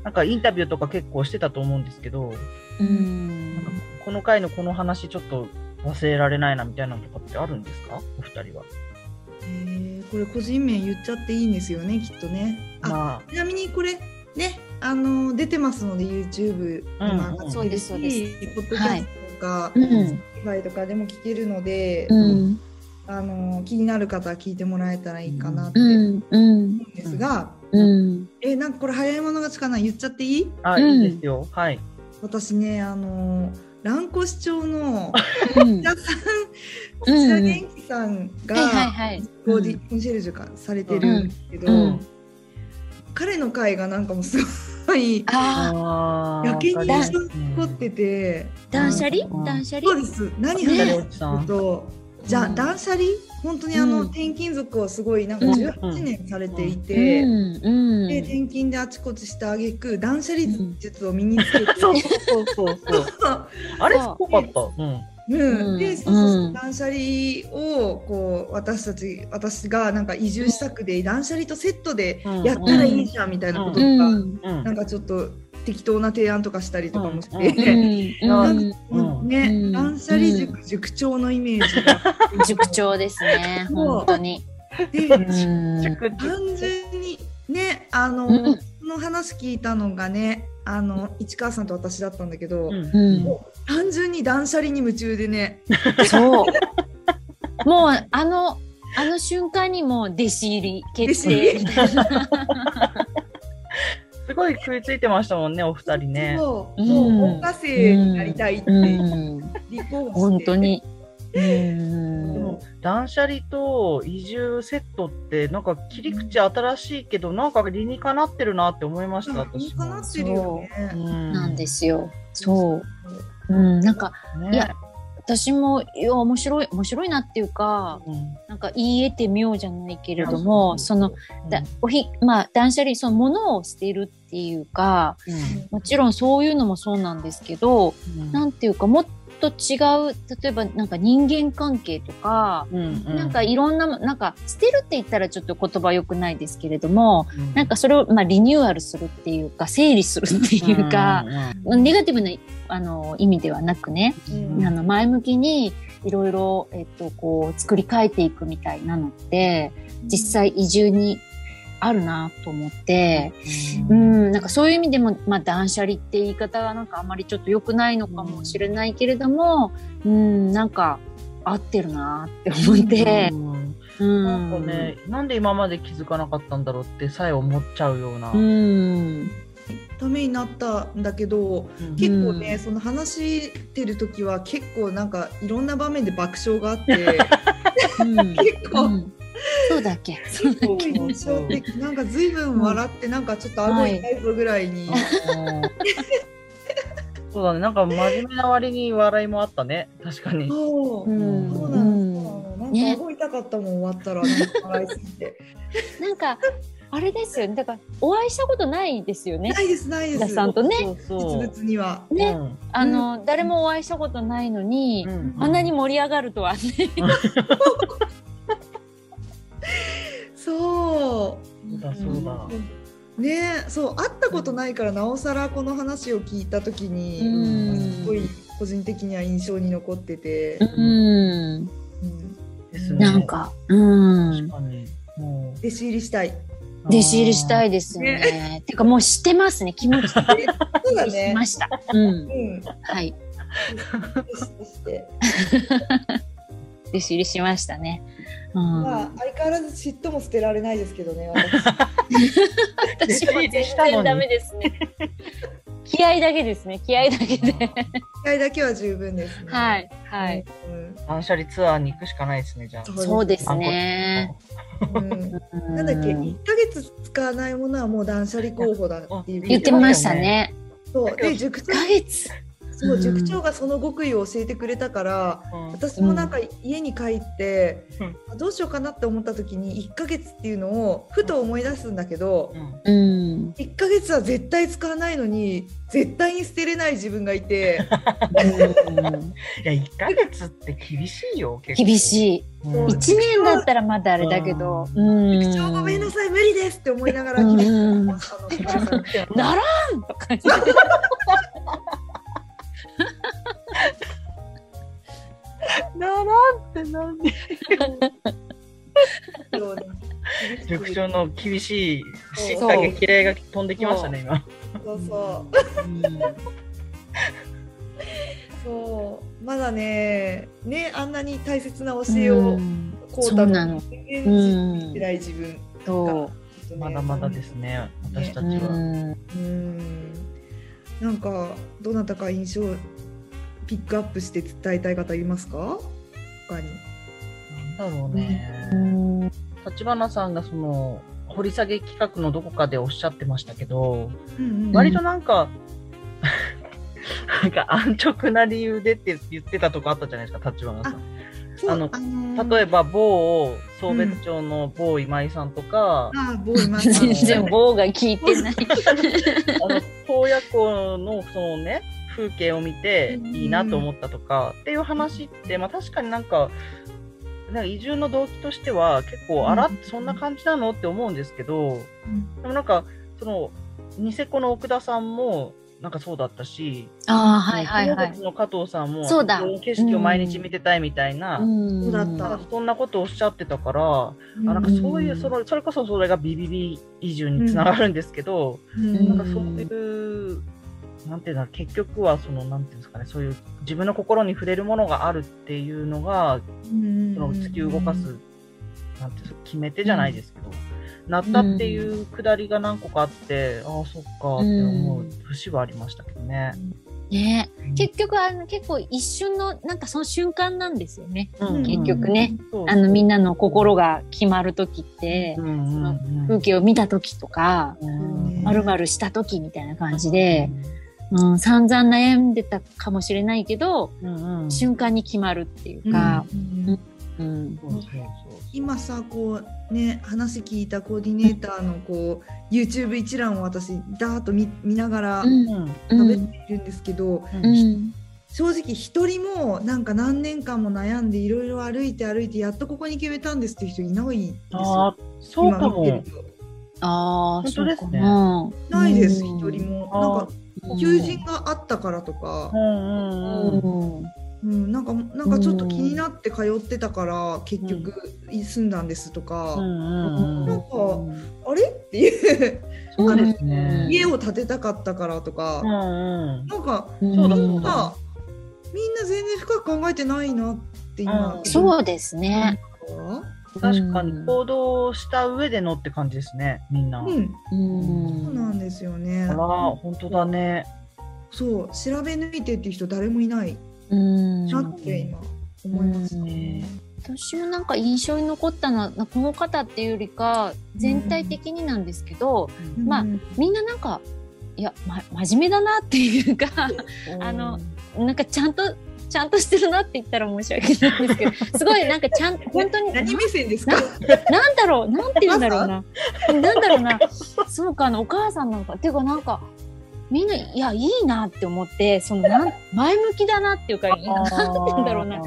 なんかインタビューとか結構してたと思うんですけどうんなんかこの回のこの話ちょっと忘れられないなみたいなのとかってあるんですかお二人は。えーこれ個人名言っちゃっていいんですよねきっとねあまちなみにこれねあの出てますので YouTube にも上がってるしそうですそうですポッドキャストとか、う Spotify んとかでも聞けるので、うんあの気になる方は聞いてもらえたらいいかなってう思んうんうんですが、うんえなんかこれ早い者勝ちかな言っちゃっていいあ、あ、うんいいですよ。はい。私ねあの蘭越町 のう土ん田さんう土田ん元気さんが、はいはいはいコーディコンシェルジュかされてるんですけど、うん彼の回がなんかもうすごいあああやけに印象に残残ってて、断捨離うん断捨離そうです何ね話えを聞くと、じゃあうん断捨離本当にあの、うん転勤族をすごいなんかうん18年されていうて。んうんで転勤であちこちした挙句断捨離術を身につけて、 そうそうそうそう。 あれすごかった。うん。うんうんでそうそうそううん断捨離をこう私たち私がなんか移住施策で断捨離とセットでやったらいいじゃんみたいなこととか、うんうんなんかちょっと適当な提案とかしたりとかもしうて、うんん うんうんね、うん断捨離塾、塾長のイメージが塾長ですねそう本当にでうん単純にねあの、うんその話聞いたのがねあの市川さんと私だったんだけど、うんうん単純に断捨離に夢中でねそうもうあのあの瞬間にもう弟子入り決定弟みたいなすすごい食いついてましたもんね、お二人ね。そう、うんもう音楽生になりたいって、うん、離婚して、本当に。うでんも断捨離と移住セットってなんか切り口新しいけど、なんか理にかなってるなって思いました、いい私かなも。、ってるよね。なんですすよ。そう。うん、なんかね、いや私もいや面白い面白いなっていうか、うん、なんか言い得て妙じゃないけれども、そのうん、だおひまあ断捨離その物を捨てるっていうか、うもちろんそういうのもそうなんですけど、ん、なんていうかもっと違う例えばなんか人間関係とか、なんかいろんなもなんか捨てるって言ったらちょっと言葉良くないですけれどもなんかそれをまあリニューアルするっていうか整理するっていうか、ネガティブなあの意味ではなくね、うんあの前向きにいろいろ、えっと、こう作り変えていくみたいなのって実際移住にあるなと思って、うん、なんかそういう意味でも、まあ、断捨離って言い方がなんかあまりちょっと良くないのかもしれないけれども、うん、なんか合ってるなって思って、うん、なんかね、なんで今まで気づかなかったんだろうってさえ思っちゃうような。うん、ためになったんだけど、うん結構ね、その話してる時は結構なんかいろんな場面で爆笑があ って、うん、結う構。んそうだっけ、結構印象的なんか随分笑ってなんかちょっと顎痛いぞぐらいに、そうだね、なんか真面目な割に笑いもあったね、確かに。そううんそううなの、ん、そうなのなねんか動いたかったもん終わったらなんか笑いすぎてなんかあれですよねだからお会いしたことないですよねないですないで田すさんとねそうそう。実物にはね、うんあの、誰もお会いしたことないのに、うんあんなに盛り上がるとはね、そそうだそうだ。うねそう会ったことないからなおさらこの話を聞いた時に、うんすごい個人的には印象に残ってて、うん、うんですねなん。か、う確、んかに。も弟子入りしたいう弟子入りしたいですよね。てかもうしてますね、気持ち的えそうだにしねました。うん、うんはい、弟子して弟子入りしましたね。うん、まあ相変わらず嫉妬も捨てられないですけどね私私も全然ダメですね。気合だけですね、気合だけで。一回だけは十分ですね。 はい、はい、うん。断捨離ツアーに行くしかないですね、じゃあ。そうですね。うんなんだっけ、一ヶ月使わないものはもう断捨離候補だっていう。言ってましたね。そうで塾長一ヶ月。そう塾長がその極意を教えてくれたから、うん私もなんか家に帰って、うんあどうしようかなって思った時に一ヶ月っていうのをふと思い出すんだけどう。んうん、一ヶ月は絶対使わないのに絶対に捨てれない自分がいていや、1ヶ月って厳しいよ、結構。厳しい。うん。一年だったらまだあれだけど。う「ん超ごめんなさい無理です」って思いながらう聞いてんましたあのごめんなさいならんとか言って。ならんってなんで。そうね塾長の厳しい、しっそうかげきれが飛んできましたね、今。そうそうそうまだねねあんなに大切な教えをうんこうたそのうなのに全う然信じんてない自分そまだまだですね、私たう。ちは。うんなんかどなたか印象ピックアップして伝えたい方いますか他になんだろうね。立花さんがその掘り下げ企画のどこかでおっしゃってましたけど、うんうん割となんか、なんか安直な理由でって言ってたとこあったじゃないですか、立花さん。そうあのの例えば某送別町の某今井さんとか、あーボーイマンさん全然棒が効い てない。あの洞爺湖のそのね風景を見てうんいいなと思ったとかっていう話って、まあ、確かになんかなんか移住の動機としては結構あら、うんそんな感じなのって思うんですけど、んでもなんかそのニセコの奥田さんもなんかそうだったし、ああ、はいはいは東い。北の加藤さんもそうだこの景色を毎日見てたいみたいな、そそうだなっんかそんなことをおっしゃってたから、あなんかそういうそのそれこそそれがビビビ移住につながるんですけど。うんなんかそういう、なんていうの、結局はその、なんていうんですかね、そういう自分の心に触れるものがあるっていうのが、その突き動かす、なんていうんですか、決め手じゃないですけど、なったっていうくだりが何個かあって、ああそっかって思う節はありましたけどね。ね結局あの結構一瞬のなんかその瞬間なんですよねうん結局ね、そうそうあのみんなの心が決まる時って、うんうんうん風景を見た時とかうんまるまるした時みたいな感じで、うん、散々悩んでたかもしれないけど、うんうんそう瞬間に決まるっていうか、うんうんそうそう今さこうね話聞いたコーディネーターのこう YouTube 一覧を私ダーッと見見ながらうんうんう喋っんているんですけど、うん正直一人もなんか何年間も悩んでいろいろ歩いて歩いてやっとここに決めたんですっていう人いないんですあよ。あそうか今見てもる。とああ本当ですねないですうん一人も。あなーんか求人があったからとかう、んうんうんうん、なんかなんかちょっと気になって通ってたから結局住んだんですとか、うんうんなんかあれっていうそうですね家を建てたかったからとか、うんうんなんかそうみだそんなうだ。みんな全然深く考えてないなって今、うんそうですね。確かに行動した上でのって感じですねみんな。うん、そううなんですよねあら。本当だね。そう調べ抜いてっていう人誰もいないん。なって今思いますね。私もなんか印象に残ったのはこの方っていうよりか全体的になんですけど、うんまあみんななんかいや、ま、真面目だなってい うかあのなんかちゃんとちゃんとしてるなって言ったら申し訳ないんですけ どすごいなんかちゃん本当に何目線ですか？なんだろう、なんて言うんだろうな。なんだろうな。そうか、あの、お母さんなのか。っていうか、なんか、みんな、いや、いいなって思って、その、なん前向きだなっていうか、なんて言うんだろうな。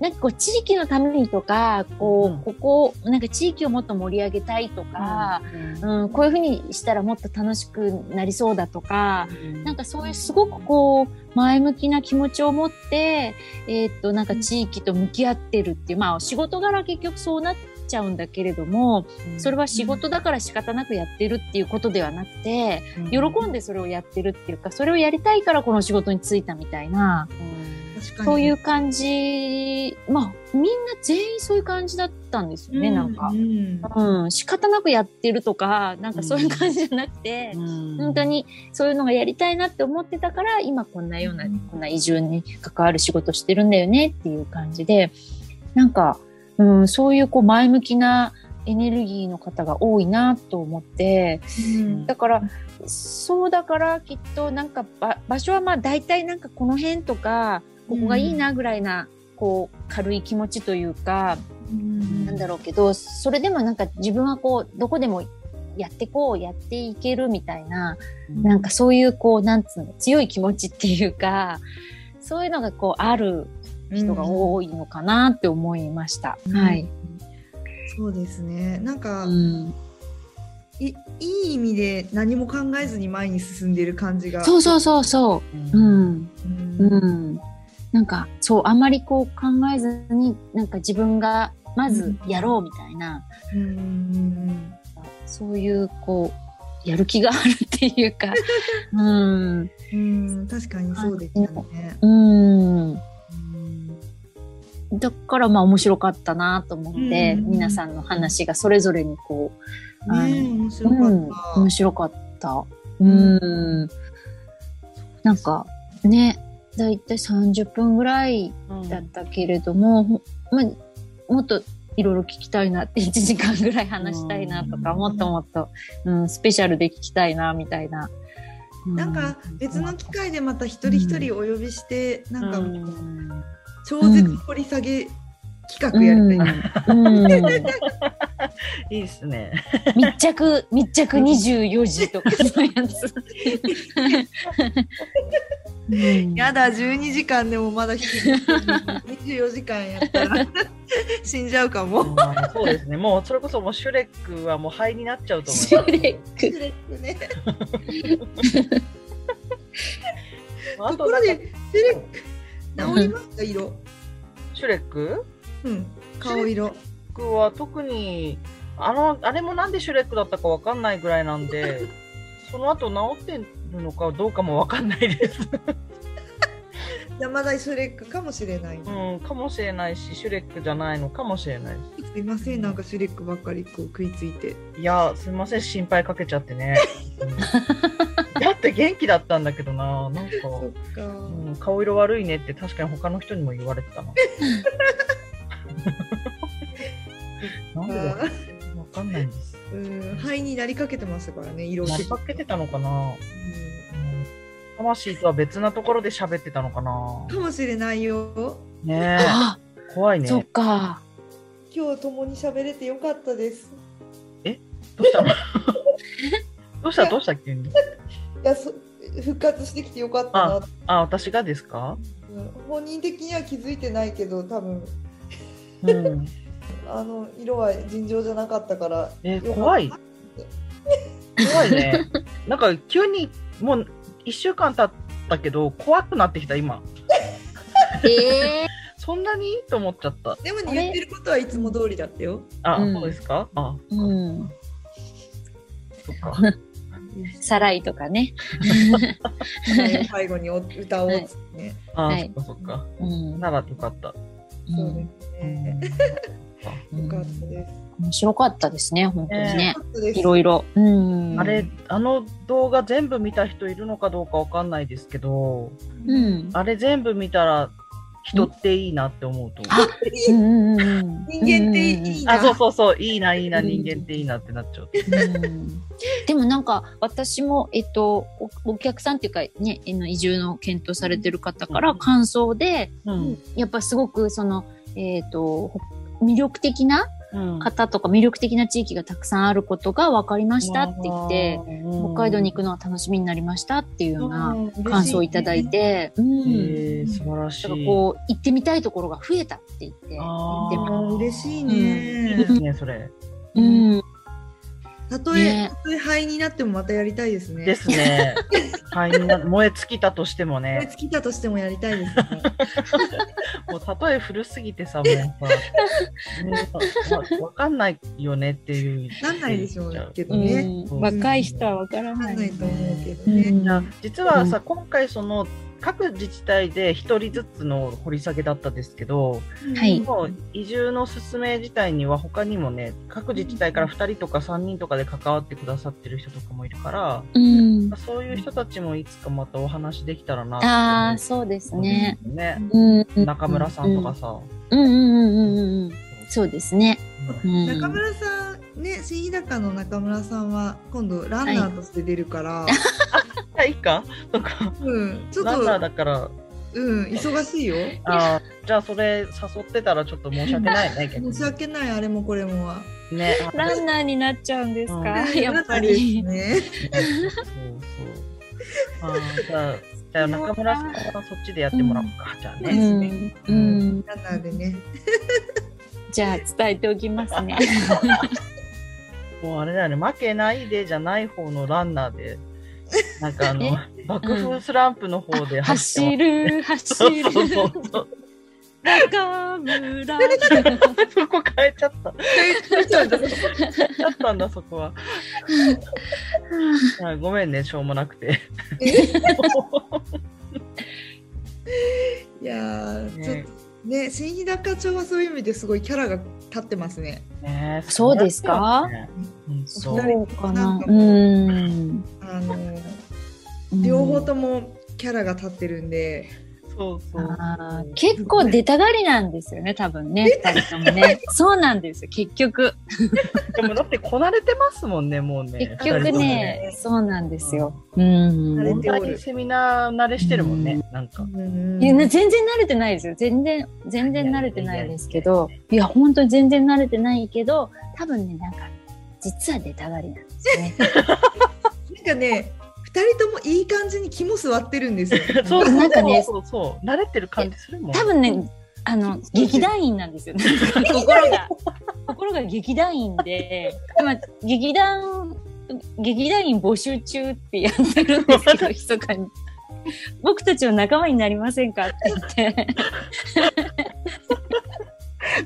なんかこう、地域のためにとか、こう、ここを、なんか地域をもっと盛り上げたいとか、うん、こういうふうにしたらもっと楽しくなりそうだとか、なんかそういうすごくこう、前向きな気持ちを持って、えーっと、なんか地域と向き合ってるっていう、まあ仕事柄結局そうなっちゃうんだけれども、それは仕事だから仕方なくやってるっていうことではなくて、喜んでそれをやってるっていうか、それをやりたいからこの仕事に就いたみたいな、確かにそういう感じ、まあみんな全員そういう感じだったんですよね、なんかう。んうん、仕方なくやってるとか、なんかそういう感じじゃなくて、本当にそういうのがやりたいなって思ってたから今こんなようなうんこんな移住に関わる仕事してるんだよねっていう感じでなんか、うん、そういうこう前向きなエネルギーの方が多いなと思ってうんだからそうだからきっとなんかば場所はまあ大体なんかこの辺とかここがいいなぐらいな、こう軽い気持ちというか、うんなんだろうけどそれでもなんか自分はこうどこでもやってこうやっていけるみたいななんかそういうこうなんつうの強い気持ちっていうかそういうのがこうある人が多いのかなって思いました。うんはい。そうですね。なんか、ん、いいい意味で何も考えずに前に進んでる感じが。そうそうそうそうう。んうん。うんうん。なんかそうあまりこう考えずになんか自分がまずやろうみたいな、うんうんそういうこうやる気があるっていうか。うん。うんうん確かにそうですよね。うん。うんだからまあ面白かったなと思って、うん皆さんの話がそれぞれにこうあねえの面白かうんった。面白かった。うん。なんか、ね、だいたい30分ぐらいだったけれども、ほまあ、もっといろいろ聞きたいなって、1時 間ぐらい話したいなとか、うんもっともっと、うん、スペシャルで聞きたいな、みたいな。うなんか別の機会でまた一人一人お呼びして、なんかうん超絶掘り下げ企画やりたい。うんうんいいですね。密着、密着24時と かそういうやつ。うんやだ12時間でもまだ引きずってる24時間やった ら死んじゃうかも。まあそうですね。もうそれこそもうシュレックはもう灰になっちゃうと思シュいレック。ねます。あととこなろんでかシュレック治りました色。シュレックうん顔色。僕は特にあのあれもなんでシュレックだったかわかんないぐらいなんで、 その後治ってるのかどうかもわかんないです。山田シュレックかもしれない。うん、かもしれないし、シュレックじゃないのかもしれないし。すいません、なんかシュレックばっかりこう食いついて。いや、すみません、心配かけちゃってね。だって元気だったんだけどな、なんか、そっか。うん、顔色悪いねって確かに他の人にも言われてたな。なんでだろうわかんないんです。うん、肺になりかけてましたからね、色な々りかけてたのかな、ううん魂とは別なところで喋ってたのかなんかもしれないよ。ねあ、え、怖いね。そっどか。今日共に喋れてよかったです。う したのどうしたどうした急に。いや、そ復活してきてよかったなって。あ、私がですかうん本人的には気づいてないけど、多分うん。あの色は尋常じゃなかったから。え、よかった怖い。怖いね。なんか急にもう1週間経ったけど怖くなってきた今。ええそんなにと思っちゃった。でもねあれ言ってることはいつも通りだったよ。あ、うんそうですかあ、うん。そっか。さらいとかね。最後にお歌おうっつってね。あ、はいそっかそっか。うん。ならよかった。そうですね。うんよかったです。面白かったですね、本当によ。ねかったですいろいろ。うん。あれ、あの動画全部見た人いるのかどうかわかんないですけど、うん。あれ全部見たら人っていいなって思うと思う。あうんうんうん人間っていいな。あ、そうそうそう、いいな、いいな、うん人間っていいなってなっちゃう。うんでもなんか私も、えっと、おお客さんっていうかねあの移住の検討されてる方から感想でうん。やっぱすごくその、えっとほ魅力的なうん方とか魅力的な地域がたくさんあることが分かりましたって言って、うん北海道に行くのは楽しみになりましたっていうようなうん感想をいただい。て、うん、へえ素晴らしだからい。こう行ってみたいところが増えたって言って。あでもー嬉しいいいねで。すね、それ。うんたとえねたとえ灰になってもまたやりたいですね。ですね。はい、みんな燃え尽きたとしてもこれね、尽きたとしてもやりたいですね。もう例え古すぎてさ、もうさ、 もうわわかんないよねっていう。なんないでしょうけどうね。んそう若い人は分からななんいないね。と思うけどうね。ん実はさ、今回その各自治体で一人ずつの掘り下げだったですけど、はいもう移住の勧め自体には他にもね各自治体から2人とか3人とかで関わってくださってる人とかもいるから、うんまあ、そういう人たちもいつかまたお話できたらなああ、ってそうです思うんでね。すよねうん中村さんとか。さ、うんうんうんうんうん。そうですね。うん中村さんね新日高の中村さんは今度ランナーとして出るから、はいいかとかうんちょっランナーとだからうん忙しいよ。あーじゃあそれ誘ってたらちょっと申し訳ないね逆に申し訳ないあれもこれもは。ねランナーになっちゃうんですか、ねやっぱり。ね。そうそう。あーじゃあ、じゃあ中村さんはそっちでやってもらおうか。じゃあうね。ん、うん、ランナーでね。じゃあ伝えておきますね。もうあれだよね、負けないでじゃない方のランナーで、なんかあの、爆風スランプの方で走る。る走るそうそうそう。中村。そこ変えちゃった。変えちゃったんだ、そこは。あーごめんね、しょうもなくて。いやーねちょっとね新日高町はそういう意味ですごいキャラが立ってますね。ねそうですかうんそうそうかな。うん。あの両方ともキャラが立ってるんで。そうそう。あー結構出たがりなんですよね、多分ね、二人ともね。そうなんですよ、結局。でもだってこなれてますもんね、もうね。結局二人ともね、そうなんですよ。うん。慣れ本て当おにるセミナー慣れしてるもんね、なんか。いやね全然慣れてないですよ。全然、全然慣れてないですけど。いや、本当に全然慣れてないけど、多分ね、なんか、実は出たがりなんで すね。なんかね、二人ともいい感じに肝座ってるんですよ。そうそうなんかねそうそう慣れてる感じするもん。多分ね、あ の、劇団員なんですよ。なんか心が、心が劇団員で、今、劇団、劇団員募集中ってやってるんです けど、密かに。僕たちの仲間になりませんかって言って。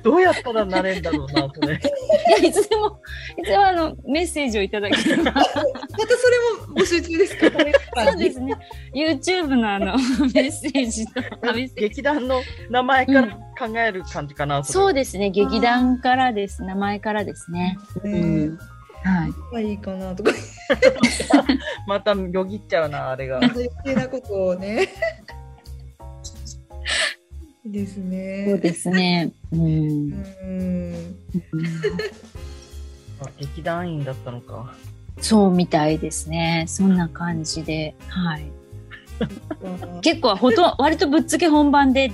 どうやったらなれんだろうな、それ。 いやいつでも、いつでもあの、メッセージをいただければ。またそれも募集中ですか。そうですね。YouTube のあの、メッセージと、あメッセージ劇団の名前から考える感じかな、 そうれですね。劇団からです。名前からですね。ねはい。まあいいかなとか、またよぎっちゃうな、あれが。また余計なことをね。いいですね。そうですね。うん。うん。あ劇団員だったのか。そうみたいですね。そんな感じで。はい。結結構ほとん、割とぶっつけ本番で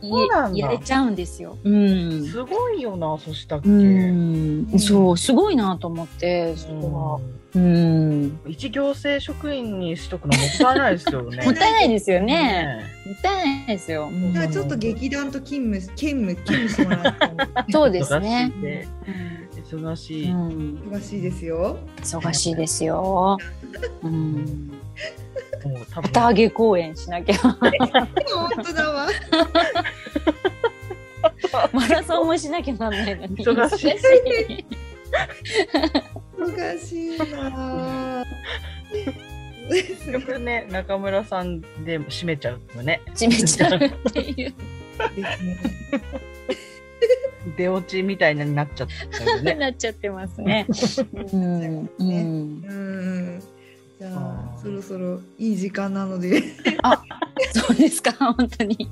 いそうなんだやれちゃうんですよ。うん。すごいよな、そしたっけ。うん。そう、すごいなと思って、そこは。ううん。もん一行政職員にしとくのもったいないですよ ね。ったいないですよね。ねもったいないですよ。うんじゃあちょっと劇団と勤務勤務勤務してもらってそうですね。忙しういで。忙しい。ん。も忙しいですよ。忙しいですよ。 うん。もう多分旗揚げ公演しなきゃ。本当だわ。 マラソンもしなきゃなんないのに。忙しいい。難しいなぁ。です結局ね、中村さんで締めちゃうのね。締めちゃうっていう。ね。出落ちみたいになっちゃったよ ね。なっちゃってますね。 うん。うん。うん。じゃああーそろそろいい時間なのでそうですか、本当に。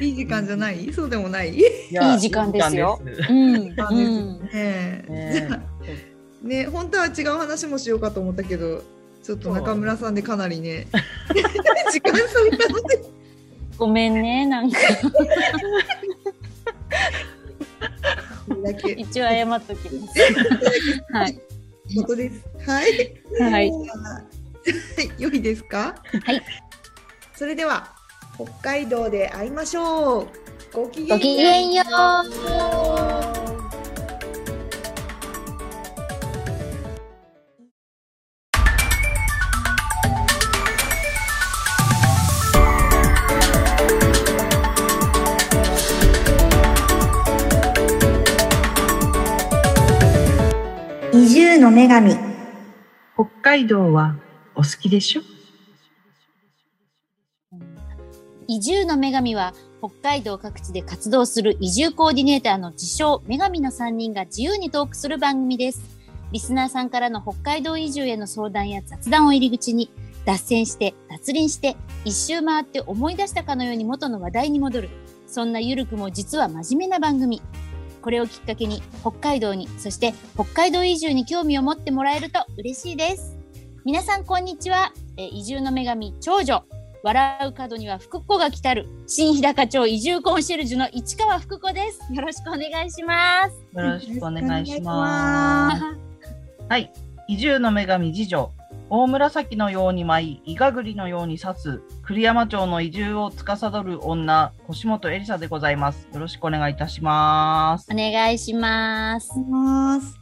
いい時間じゃない？そうでもない？いやいい時間ですよいい時間ですうん。そうですうん。ねえ。ねね本当は違う話もしようかと思ったけど。ちょっと中村さんでかなりね時間差をたのでごめんね、なんかこれだけ一応謝っとき ます。はい。ことです。はい。はい。良いですか。はい。それでは北海道で会いましょう。ごきげごきげんよう。移住の女神。北海道はお好きでしょ移住の女神は北海道各地で活動する移住コーディネーターの自称女神の3人が自由にトークする番組ですリスナーさんからの北海道移住への相談や雑談を入り口に脱線して脱輪して一周回って思い出したかのように元の話題に戻るそんなゆるくも実は真面目な番組これをきっかけに北海道にそして北海道移住に興味を持ってもらえると嬉しいです皆さんこんにちはえー移住の女神長女笑う角には福子が来たる新日高町移住コンシェルジュの市川福子ですよろしくお願いします よろしくお願いします。はい、移住の女神次女、大紫のように舞い、イガグリのように刺す、栗山町の移住を司る女、腰本エリサでございます。よろしくお願いいたしますお。願いしますお願いします。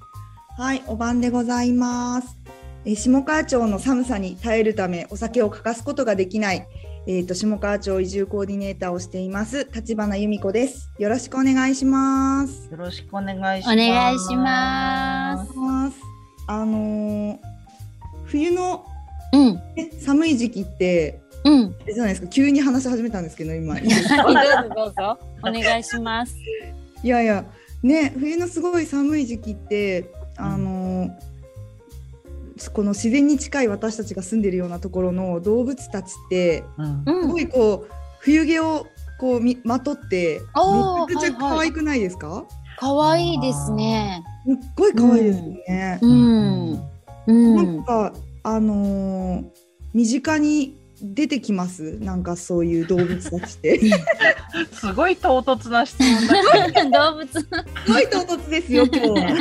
はい、お晩でございます。えー下川町の寒さに耐えるためお酒を欠かすことができない、えー、と下川町移住コーディネーターをしています立花由美子です。よろしくお願いします。よろしくお願いしおます。願いしますあのー冬の、うんね寒い時期ってうんあれじゃないですか急に話し始めたんですけど今いはい、どうぞどうぞ。お願いします。やいやね冬のすごい寒い時期ってあのこの自然に近い私たちが住んでるようなところの動物たちってうんうすんごいこう冬毛をこうみまとっておーめちゃくはいちゃ可はい愛くないですか、可愛いですねすっごい可愛いですよね、うんうなんんかあのー身近に出てきますなんかそういう動物たちってすすごい唐突な質問だけど、 動物ごい唐突ですよ今日い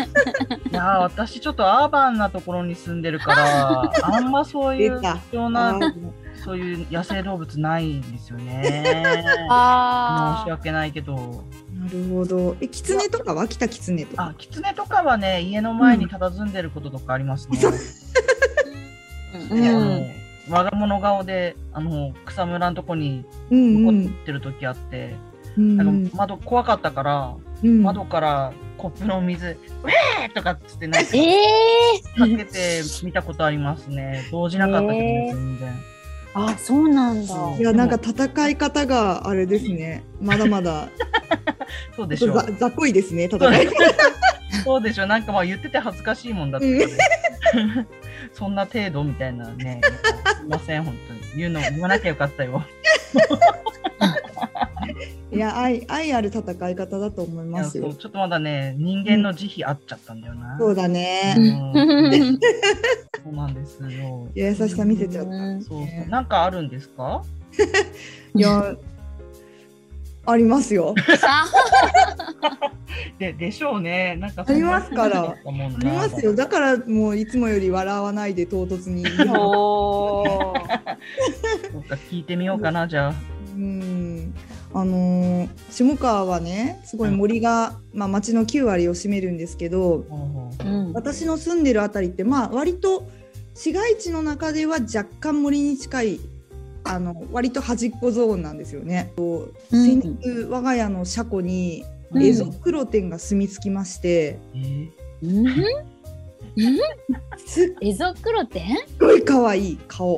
やー私ちょっとアーバンなところに住んでるから、あんまそうい出うた貴重なそういう野生動物ないんですよね。申あし訳ないけど。なるほど。え、キツネとかは来たキツネとか。あ、キツネとかはね、家の前に佇んでることとかありますね。うねあん。の我が物顔で、あの草むらのとこにうんう残ん。ってる時あって、なんか窓怖かったから、うん窓からコップの水、ウェーとかっつってなんかええかけて見たことありますね。動じなかったけどね、えー全然。あ、そうなんだ。いやなんか戦い方があれですね。まだまだそう でしょう。ざざこいですね戦い。 そうでしょう。なんかまあ言ってて恥ずかしいもんだって、う そんな程度みたいなね。すいません、本当に。言うの、言わなきゃよかったよ。いや愛愛ある戦い方だと思いいやますそよう。ちょっとまだね、人間の慈悲あっちゃったんだよな。そうだね。うん そうなんですよ。優しさ見せちゃった。そうそう。なんかあるんですかいやあります よ。ででしょうね。なんかありますからあありますよ。だからもういつもより笑わないで唐突 に。おそっか聞いてみようかな、じゃあ。うんあのー下川はねすごい森が、まあ、町の9割を占めるんですけどほうほううん。私の住んでる辺りってまあ割と市街地の中では若干森に近いあの割と端っこゾーンなんですよね。先日我が家の車庫にうんエゾクロテンが住み着きまして、えーすっエゾクロテンごい可愛い顔、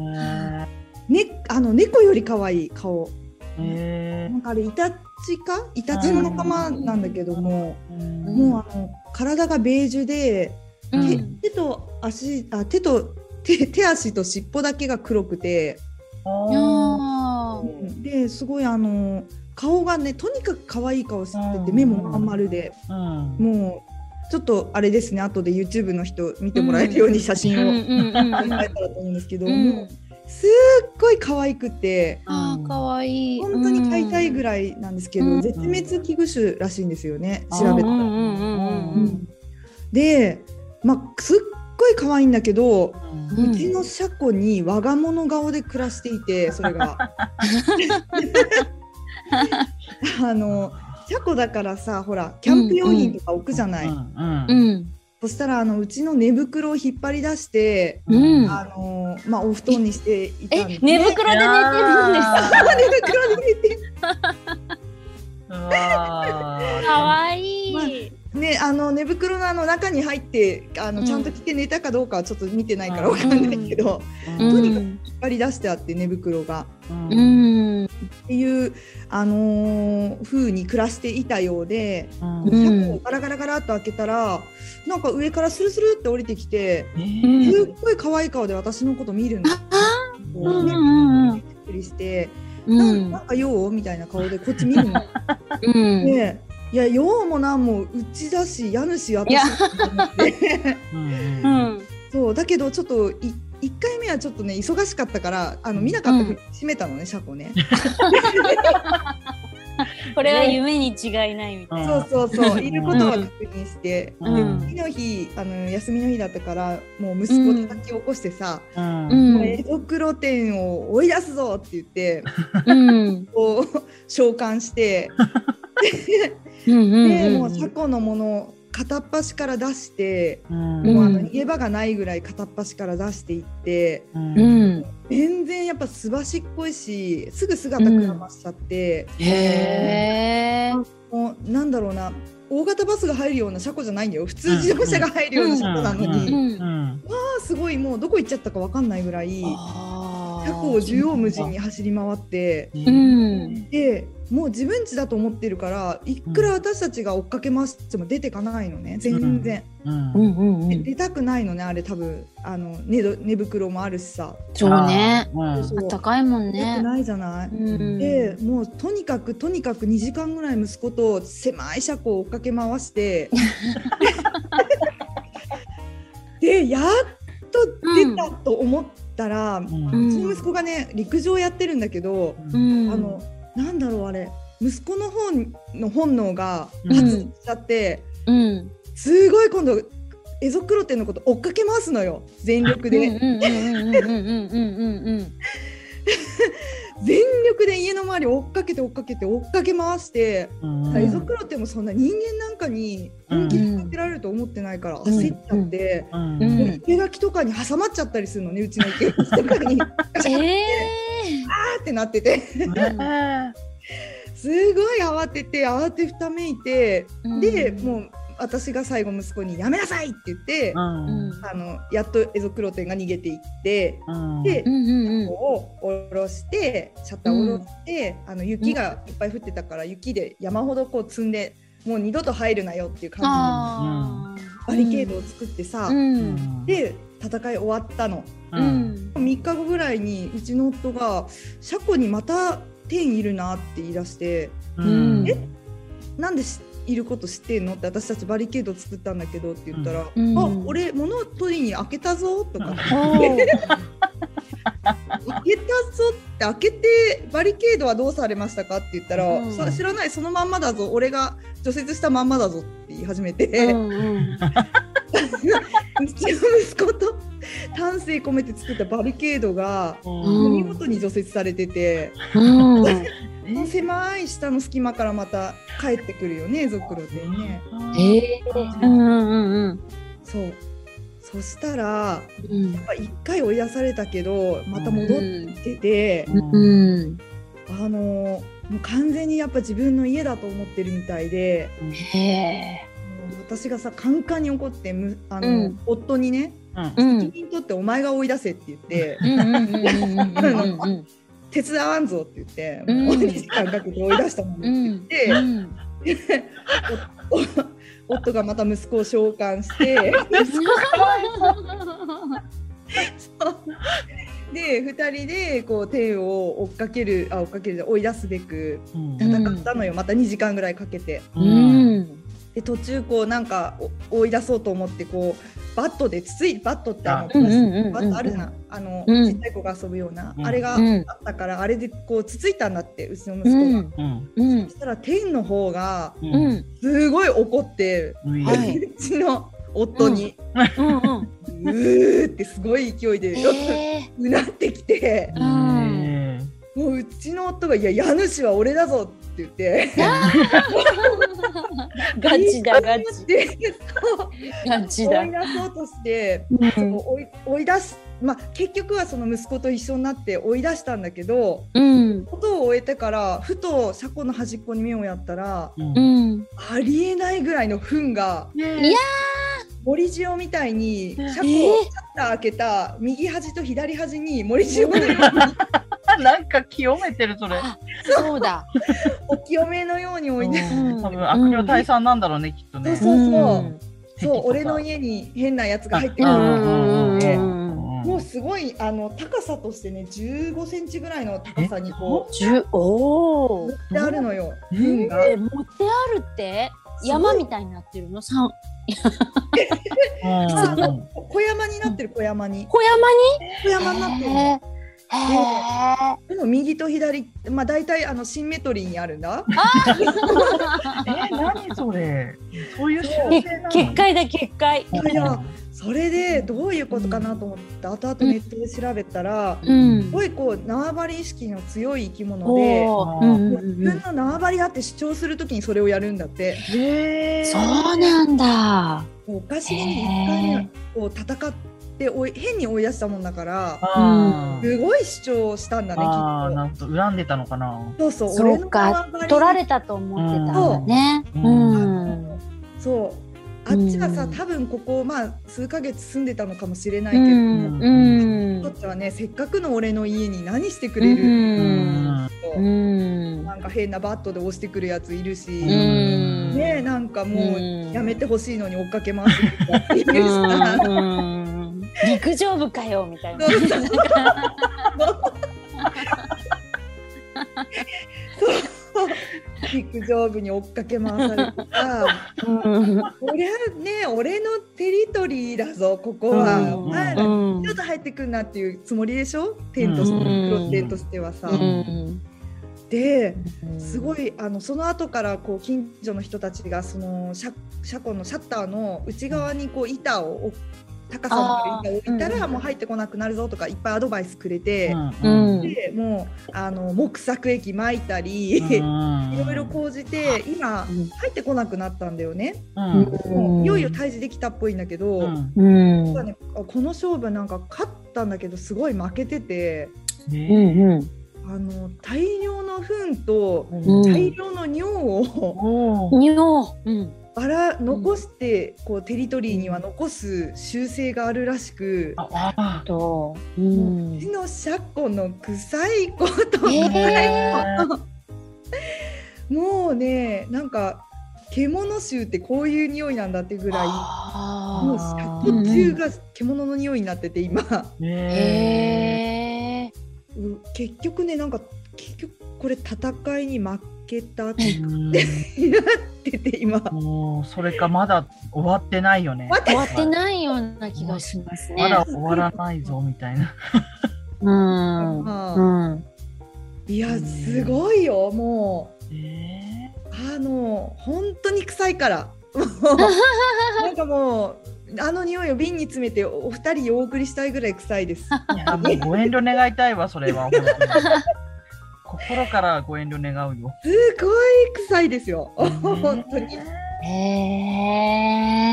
えね、あの猫より可愛い顔ーえなんかあれイタチかイタチの仲間なんだけども。ーもうあの体がベージュで、う手ん。手と足あ手と手手足と尻尾だけが黒くて、ああーですごいあの顔がねとにかく可愛い顔してて、うん目もまん丸で、ーうんもうちょっとあれですね後で YouTube の人見てもらえるように写うん真うをん考うんえたらと思うんですけど、うんもうすっごい可愛くて。あー、かわいい。本当に飼いたいぐらいなんですけど、うん絶滅危惧種らしいんですよね調べたら。うんうんうんうんうん。で、まあ、すっごい可愛いんだけど、うんううんちの車庫に我が物顔で暮らしていてそれが。あの車庫だからさほらキャンプ用品とか置くじゃない、うんううんん。そしたらあのうちの寝袋を引っ張り出して、うんあのまあ、お布団にしていえたんで、、寝袋で寝てるんですか寝袋で寝てうわーかわいまあい。ね、あの寝袋のあの中に入ってあの、うんちゃんと着て寝たかどうかはちょっと見てないからわかんないけど、うんとうにかん。引っ張り出してあって寝袋がうんうん。っていう、あのー風に暮らしていたようで、うんうん車庫をガラガラガラっと開けたらなんか上からスルスルって降りてきて、えうんーすっごい可愛い顔で私のこと見るんですようんねうんうんびっくりして、うなん、んな。んかようみたいな顔でこっち見 るの。うん。でいやようもなんもううちだし家主私いやと思って。うんううんん。そうだけどちょっとい一回目はちょっとね忙しかったからあの見なかったふり閉めたのね、車庫ねこれは夢に違いないみたいうんそうそうそういることは確認して、うな。うんん。次の日あの休みの日だったからもう息子叩き起こしてさうんう「んもう江戸黒店を追い出すぞ!」って言 ってうん。こう召喚してうんうんでうんもう車庫のものを片っ端から出して、うんもうあのうん逃げ場がないぐらい片っ端から出していって。うんうん。全然やっぱすばしっこいしすぐ姿くらましちゃって、へえ。もうなんだろうな大型バスが入るような車庫じゃないんだよ普通自動車が入るような車庫なのに、うんまうんあすごいもうどこ行っちゃったかわかんないぐらいあ車庫を縦横無尽に走り回ってうん。でもう自分家だと思ってるからいくら私たちが追っかけ回しても出てかないのね全然、うんうんうんうでん。出たくないのねあれ多分あの寝ど寝袋もあるしさ、そうね。うんそうあったかいもん出たねく。ないじゃない、うん。でもうとにかくとにかく2時間ぐらい息子と狭い車庫を追っかけ回して でやっと出たと思ったら、ううんちの息子がね陸上やってるんだけど、うん。あのなんだろうあれ息子の方の本能がうん発動しちゃって、うん。すごい今度エゾクロテンのこと追っかけ回すのよ全力で、うんうんうんうんうんうんうんうん。全力で家の周りを追っかけて追っかけて追っかけ回して。うんエゾクロテもそんな人間なんかに本気でかけられると思ってないから焦っちゃって、うんうんもう生垣とかに挟まっちゃったりするのねうちの生垣と かにあええ。ーってなっててえーすごい慌てて慌てふためいて、うんでもう私が最後息子に「やめなさい!」って言って、うんあのやっとエゾクロテンが逃げていって、うんでう、んうんうん。こう下ろしてシャッターを下ろして、あの雪がいっぱい降ってたから雪で山ほどこう積んでもう二度と入るなよっていう感ああ。じのバリケードを作ってさ、うん。で戦い終わったの。ううんん。 3日後ぐらいにうちの夫が「車庫にまた天いるな」って言い出してうんえ「なんでしいること知ってんの?」って私たちバリケード作ったんだけどって言ったら「うんあうん俺物取りに開けたぞ」とかおー「 開けたぞ」って開けて「バリケードはどうされましたか?」って言ったら「うんそ知らないそのまんまだぞ俺が除雪したまんまだぞ」って言い始めて、う うんうん。ちの息子と 丹精込めて作ったバリケードが。うん見事に除雪されてて、うん。この狭い下の隙間からまた帰ってくるよねゾクロでね。ええ。うんうんうんそうそしたらうん。やっぱ一回追い出されたけどまた戻ってて、うん。あのーもう完全にやっぱ自分の家だと思ってるみたいでへえ。もう私がさカンカンに怒ってむあの、うん夫にねうん。う責任ん取ってお前が追い出せって言って、うんうんうんうんうん手伝わんぞって言って、うんもう2時間かけて追い出したもんうねん。って言って。うん。お夫がまた息子を召喚して で2人でこう天を追っかけるあ追っかける追い出すべく戦ったのよ、また2時間ぐらいかけてうん。で途中こうなんかお追い出そうと思ってこうバットでつついバットってあのあプラスチうんうんうんッうクバんットあるじゃんあの、うんちっちゃい子が遊ぶような、うんあれがあうんったからあれでこうつついたんだってうちの息う子が、ん。うんそ。したら天の方がうん。うん。すごい怒って、はいうちの夫に。うん。うーってすごい勢いでええ。うなってきて、もううちの夫が「いや家主は俺だぞ」って言って ガチだガチでガチだ追い。出そうとして、うその追い追い出す、まあ、結局はその息子と一緒になって追い出したんだけどうん。ことを終えてからふと車庫の端っこに目をやったらうん。ありえないぐらいの糞がいや森塩みたいに車庫をシャえッター開けた右端と左端に森塩のようになんか清めてるそれ。そうだ。お清めのように置いてうん多分悪霊退散なんだろうねきっと ね。そうそう敵とそうか俺の家に変なやつが入ってうるんあうんう。うんんもうすごいあの高さとしてね15センチぐらいの高さにこ十おうお塗。ってあるのよ。え糞がえ持ってあるって山みたいになってるの山うん小山になってる小山に小山に小山になってるの。へえへでも右と左まあ大体あのシンメトリーにあるんだ。え何それ。そういう習え性なの。結界だ結界いやいやそれでどういうことかなと思って後々ネットで調べたらうすんごいこう縄張り意識の強い生き物で。おーうんもううん自う分んの縄張りだって主張するときにそれをやるんだってへーそうなんだおかしげにへー一回目はこう戦っておい変に追い出したもんだからあーすごい主張したんだねあーきっなんと恨んでたのかな。とそうそうそうか俺の縄張り取られたと思ってたんだねううんんそうあっちはさうん多分ここまあ数ヶ月住んでたのかもしれないうけど、んうんこっちはねせっかくの俺の家に何してくうれるんと、うんなんか変なバットで押してくるやついるし、んねなんかもうやめてほしいのに追っかけ回すとかいるしさうん陸上部かよみたいなそうそうそう陸上部に追っかけ回されてさうんこりゃね俺のテリトリーだぞここうは、んお前うらんちょっと入ってくんなっていうつもりでしょテントして、うん黒テントしてはさ、うんですごいいあのその後からこう近所の人たちがその車車庫のシャッターの内側にこう板を置高さのある板を置いたあーうんらうんもう入ってこなくなるぞとかいっぱいアドバイスくれて、うんでもうあの木作液撒いたり、いろいろ講じて今うん入ってこなくなったんだよね、うんもういよいよ退治できたっぽいんだけど、うんうん実はねあこの勝負なんか勝ったんだけどすごい負けててうんうんあの大量のの糞とうん大量の尿をおー尿。うん。ばら残してこうテリトリーには残す習性があるらしくああと。ううちん。のシャコの臭いこと、えもうねなんか獣臭ってこういう匂いなんだってぐらいあもうシあャコ中が獣の匂いになってて今。ねえええ。うん結局ねなんか結局これ戦いに負けたってうんなってて今もうそれかまだ終わってないよね。終わってないような気がしますまね。だ終わらないぞみたいな。うん。あうん。ーいやすごいよもうえあの本当に臭いからもうなんかもうあの匂いを瓶に詰めておお二人お送りしたいぐらい臭いですーいやもうご遠慮願いたいわそれは。本当に心からご遠慮願うよ。すごい臭いですよ本当にへ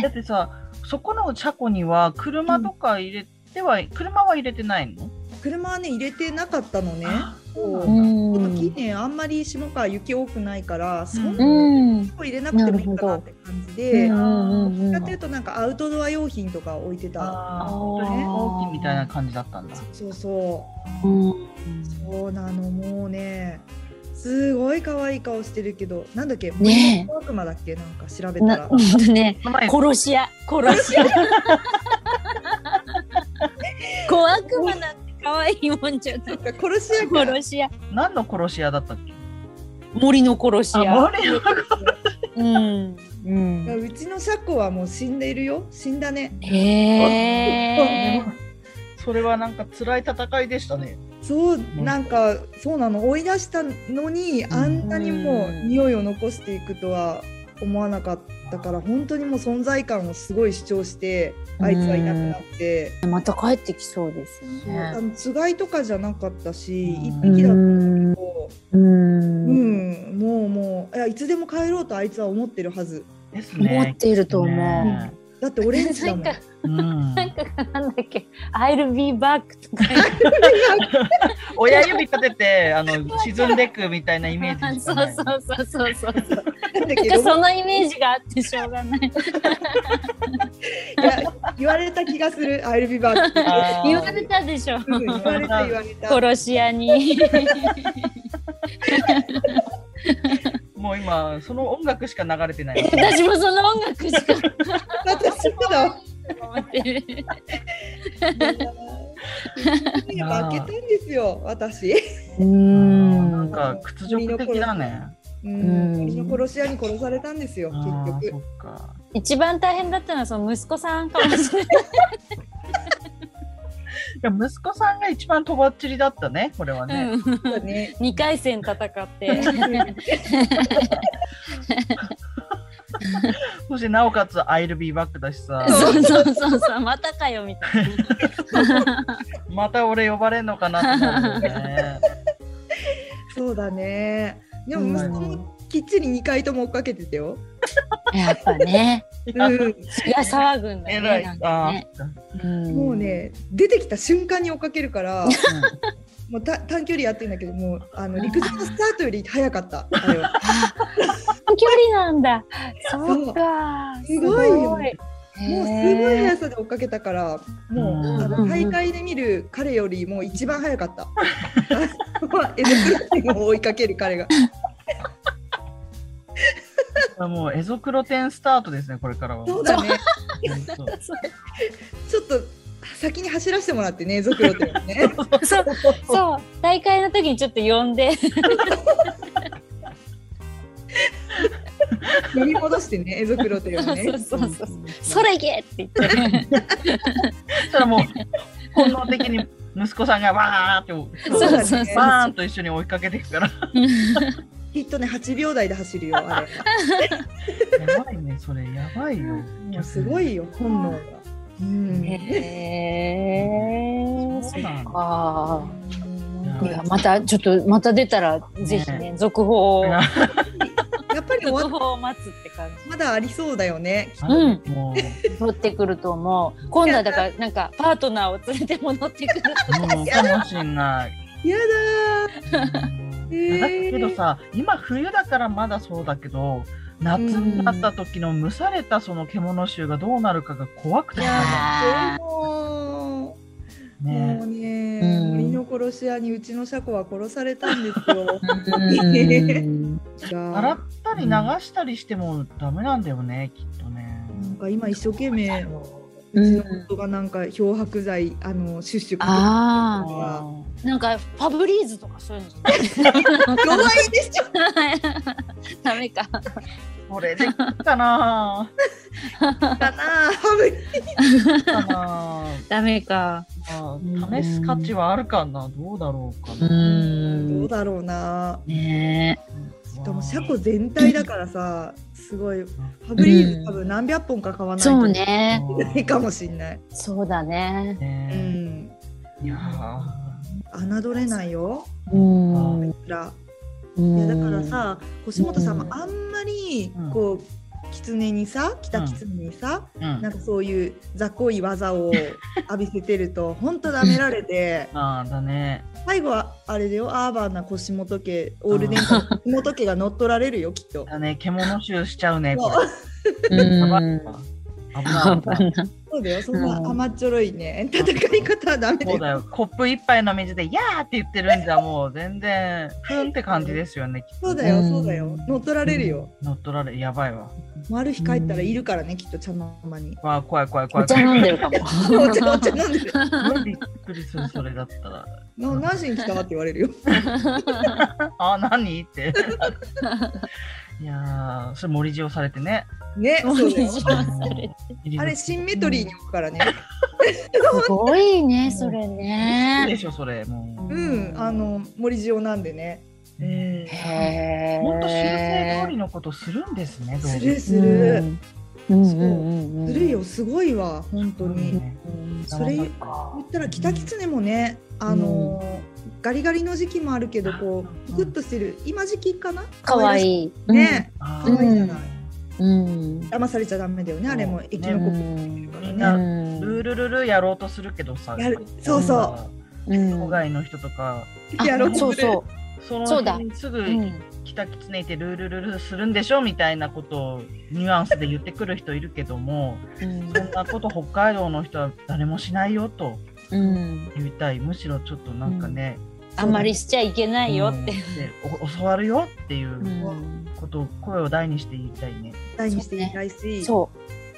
だえ。ってさそこの車庫には車とか入れては、車は入れてないの？車はね入れてなかったのねあそううちうょん。っと近年あんまり下川雪多くないからそんなにうん。入れなくてもいいかなって感じでうどんうっんちかうんというとなんかアウトドア用品とか置いてたあーあー本当に飛行機みたいな感じだったんだ。そうそうん。うそうなのもうねすごい可愛い顔してるけどなんだっけねえ悪魔だっけなんか調べたな、 らほんとね、この前殺し屋、殺 し屋。小悪魔なんて可愛いもんじゃない。殺し屋から殺し屋、何の殺し屋だったっけ？森の殺しあ屋。れようん。うん。うちの車庫はもう死んでいるよ死んだねへえ。それはなんか辛い戦いでしたね。そううんなんかそうなの追い出したのにあんなにもう匂いを残していくとは思わなかったから本当にもう存在感をすごい主張してあいつはいなくなって。また帰ってきそうですよそうあね。のつがいとかじゃなかったし、うん一う匹だったけ。んど、う。うんん、もうもういやいつでも帰ろうとあいつは思ってるはず。です持っね。ていると思う。ねだってオレンジだもん。なんかうん、なんだっけ、I'll be back と か言って。親指立ててあの沈んでくみたいなイメージしそかうない。そうそうそうそう。なんだなけんかどそのイメージがあってしょうがない。いや言われた気がする。アイルビバーって。あー言われたでしょ。うん言われた言われた。殺し屋 に。もう今その音楽しか流れてない。私もその音楽しか私も だわ。思っていや負けたんですよ私。なんか屈辱的だね。うん。うん鳥の殺し屋に殺されたんですよあー結そ局。っか。一番大変だったのはその息子さんかもしれない。いや息子さんが一番とばっちりだったねこれはね。そうだね。二回戦戦って。そしてなおかつ「I'll be back」だしさそうそうそうそう、またかよみたいな。また俺呼ばれんのかなって思うよね。 そうだね。でも息子もきっちり二回とも追っかけてたよ。やっぱね、 うん。いや騒ぐんだえよらね。いなん。かあねーもう。ね出てきた瞬間に追っかけるから。もうた短距離やってんだけどもうあの陸上のスタートより早かったあれは短距離なんだ。そうか。すごいよごもういすごい速さで追っかけたからもう、うんあの大会で見る彼よりもう一番速かったエドプロテンを追いかける彼 がうんもうエゾクロテンスタートですねこれからは。そうだねそうちょっと先に走らせてもらってねゾクロテンをね そう、そう、大会の時にちょっと呼んで、呼び戻してねエゾクロテンをねそうそうそうそれ行けって言って。そしたらもう本能的に息子さんがわーってそうそうそうそう。バーンと一緒に追いかけていくから。きっとね8秒台で走るよあれはやばいねそれやばいよ。もうすごいよ本能がうんへーそうなんだああ。いやや、また、ちょっと、また出たら、ぜひね、続報を。やっぱり終わ続っ報を待つって感じ。まだありそうだよねうん もう取ってくると思う。今度はだから、なんか、パートナーを連れて戻ってくる。もうかもしんない。やだーうんだけどさ、今冬だからまだそうだけど、夏になった時の蒸されたその獣臭がどうなるかが怖くていしょうやーもう、がないねもうね、うん森の殺し屋にうちの車庫は殺されたんですよ。うん が洗ったり流したりしてもダメなんだよね、きっとね。なんか今一生懸命ううちんの夫がなんか漂白剤あのシュッシュかあああ、なんかファブリーズとかそういうのじゃない。 けて弱いでしょ。ダメか。これできたかなかなハムかなダメか。あ試す価値はあるかなどうだろうかうな。どんう。だろうな。ねしかも車庫全体だからさ、すごいファブリーズ多分何百本か買わえ。ないそうといね。けないかもしれない。そうだね。うねん、いや侮れないよ。うん。こうちらいやだかんら。さ、腰本さんもうんあんまりうんこう狐にさ、北狐にさ、ーうんなんかそういう雑魚い技 を浴びせてると本当舐められて、あーだね。最後はあれだよ、アーバンな腰元家、オールデンの腰元家が乗っ取られるよきっと。だね、獣臭しちゃうね。そこうれ やばいわ危ない危ない。そうだよ、そんな甘っちょろいね、戦い方はダメだそうよ。だよ。コップ一杯の水で、やーって言ってるんじゃ、もう全然、ふんって感じですよね。きっとそうだよ、そうだよ、乗っ取られるよ。乗っ取られ、やばいわ。丸日帰ったらいるからね、きっと茶の間に。わあ、怖い怖い怖おい茶怖い。飲んでるかも。お茶お茶飲んでる。びっくりする、それだったら。な何しに来たって言われるよ。あ、何って。 いやー、それ森塩されてね。ね、そうだよ。うんあれシンメトリーに置くからね。すごいね、それね。でしょ、それ、もうう。ん、あの森塩なんでね。うん、へえ。本当修正通りのことするんですね。す動る物する、うん。うんそううんうん。するよ、すごいわ、本当に。ねうん。それ言ったら、北狐もね、あのーガリガリの時期もあるけど、こう、ぷくっとしてる、今時期かな。かわいいい。ね、あ可ー愛いじゃない。うん。うん。騙されちゃダメだよね、あれも、生きう残っん。てるみんからなね。ルールルルやろうとするけどさ。やるそうそううん郊外の人とか、あやろうとそうするそそのそうだ辺にすう。ぐうん。北きつねいてルールルルするんでしょみたいなことをニュアンスで言ってくる人いるけども、うんそんなこと北海道の人は誰もしないよとうん。言いたい。むしろちょっとなんかね、あんまりしちゃいけないよって。うんでお教わるよっていううんことを声を大にして言いたいね。大にしていないし。そ